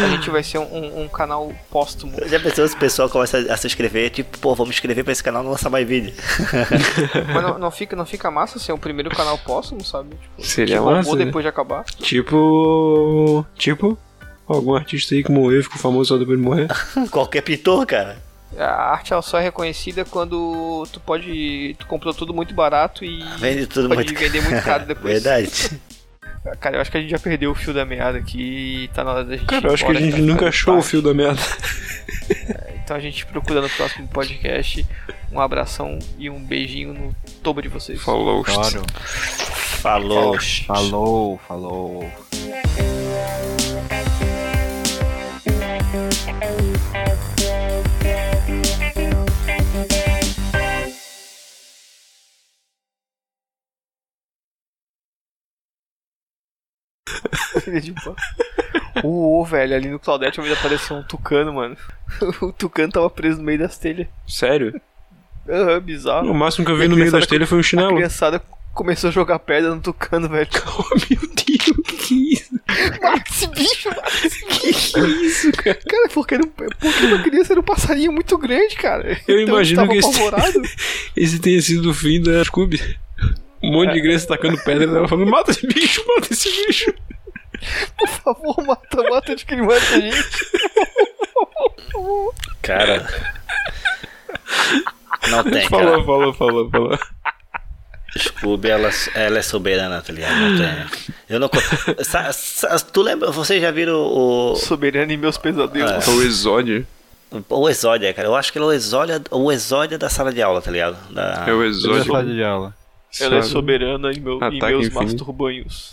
a gente vai ser um, um- um canal póstumo.
Já pensou se o pessoal começa a se inscrever? Tipo, pô, vamos inscrever pra esse canal não lançar mais vídeo.
Mas não, não fica, não fica massa ser o primeiro canal póstumo, sabe? Tipo,
Seria
bombou
massa, né?
depois de acabar.
Tipo. Tipo. Algum artista aí que morreu, ficou famoso só depois de morrer.
Qualquer pintor, cara.
A arte ela só é reconhecida quando tu pode. Tu comprou tudo muito barato e
Ah, Vende tudo
pode
muito
vender muito caro depois.
Verdade.
Cara, eu acho que a gente já perdeu o fio da meada aqui e tá na hora da gente.
Cara,
ir
eu acho que a
embora,
gente
tá
nunca
ficando
achou o
tarde.
fio da merda.
Então a gente procura no próximo podcast. Um abração e um beijinho no tobo de vocês.
Falou.
Falou.
Falou, falou.
Filha de pau. Uou, tipo, velho, ali no Claudete uma vez apareceu um tucano, mano. O tucano tava preso no meio das telhas.
Sério?
Aham, bizarro.
O máximo que eu vi
E a
no meio das
criançada
telhas foi um
A
chinelo.
criançada começou a jogar pedra no tucano, velho.
Oh, meu Deus, que que é isso?
Mata esse bicho, mata esse bicho.
Que isso, cara?
é Cara, porque, era um, porque uma criança era um passarinho muito grande, cara.
Eu
então
imagino
ele
que
tava
esse-
apavorado.
Esse tenha sido o fim da Scooby. Um monte
É.
de criança tacando pedra e ela falando: mata esse bicho, mata esse bicho.
Por favor, mata, mata antes que ele mata a gente.
Cara. Não tem, cara.
Falou, falou, falou, falou.
Scooby, ela, ela é soberana, tá ligado? Não tem. Eu não. co- Sa- sa- tu lembra? Vocês já viram o.
Soberano e meus pesadelos.
O exódio.
O Exódia, cara. Eu acho que ele é o Exódia, o Exódia da sala de aula, tá ligado? Da...
É o
Primeira
exódio.
sala de aula.
Ela é
Sabe?
soberana em, meu, em
Ataque
meus
infinito.
masturbanhos.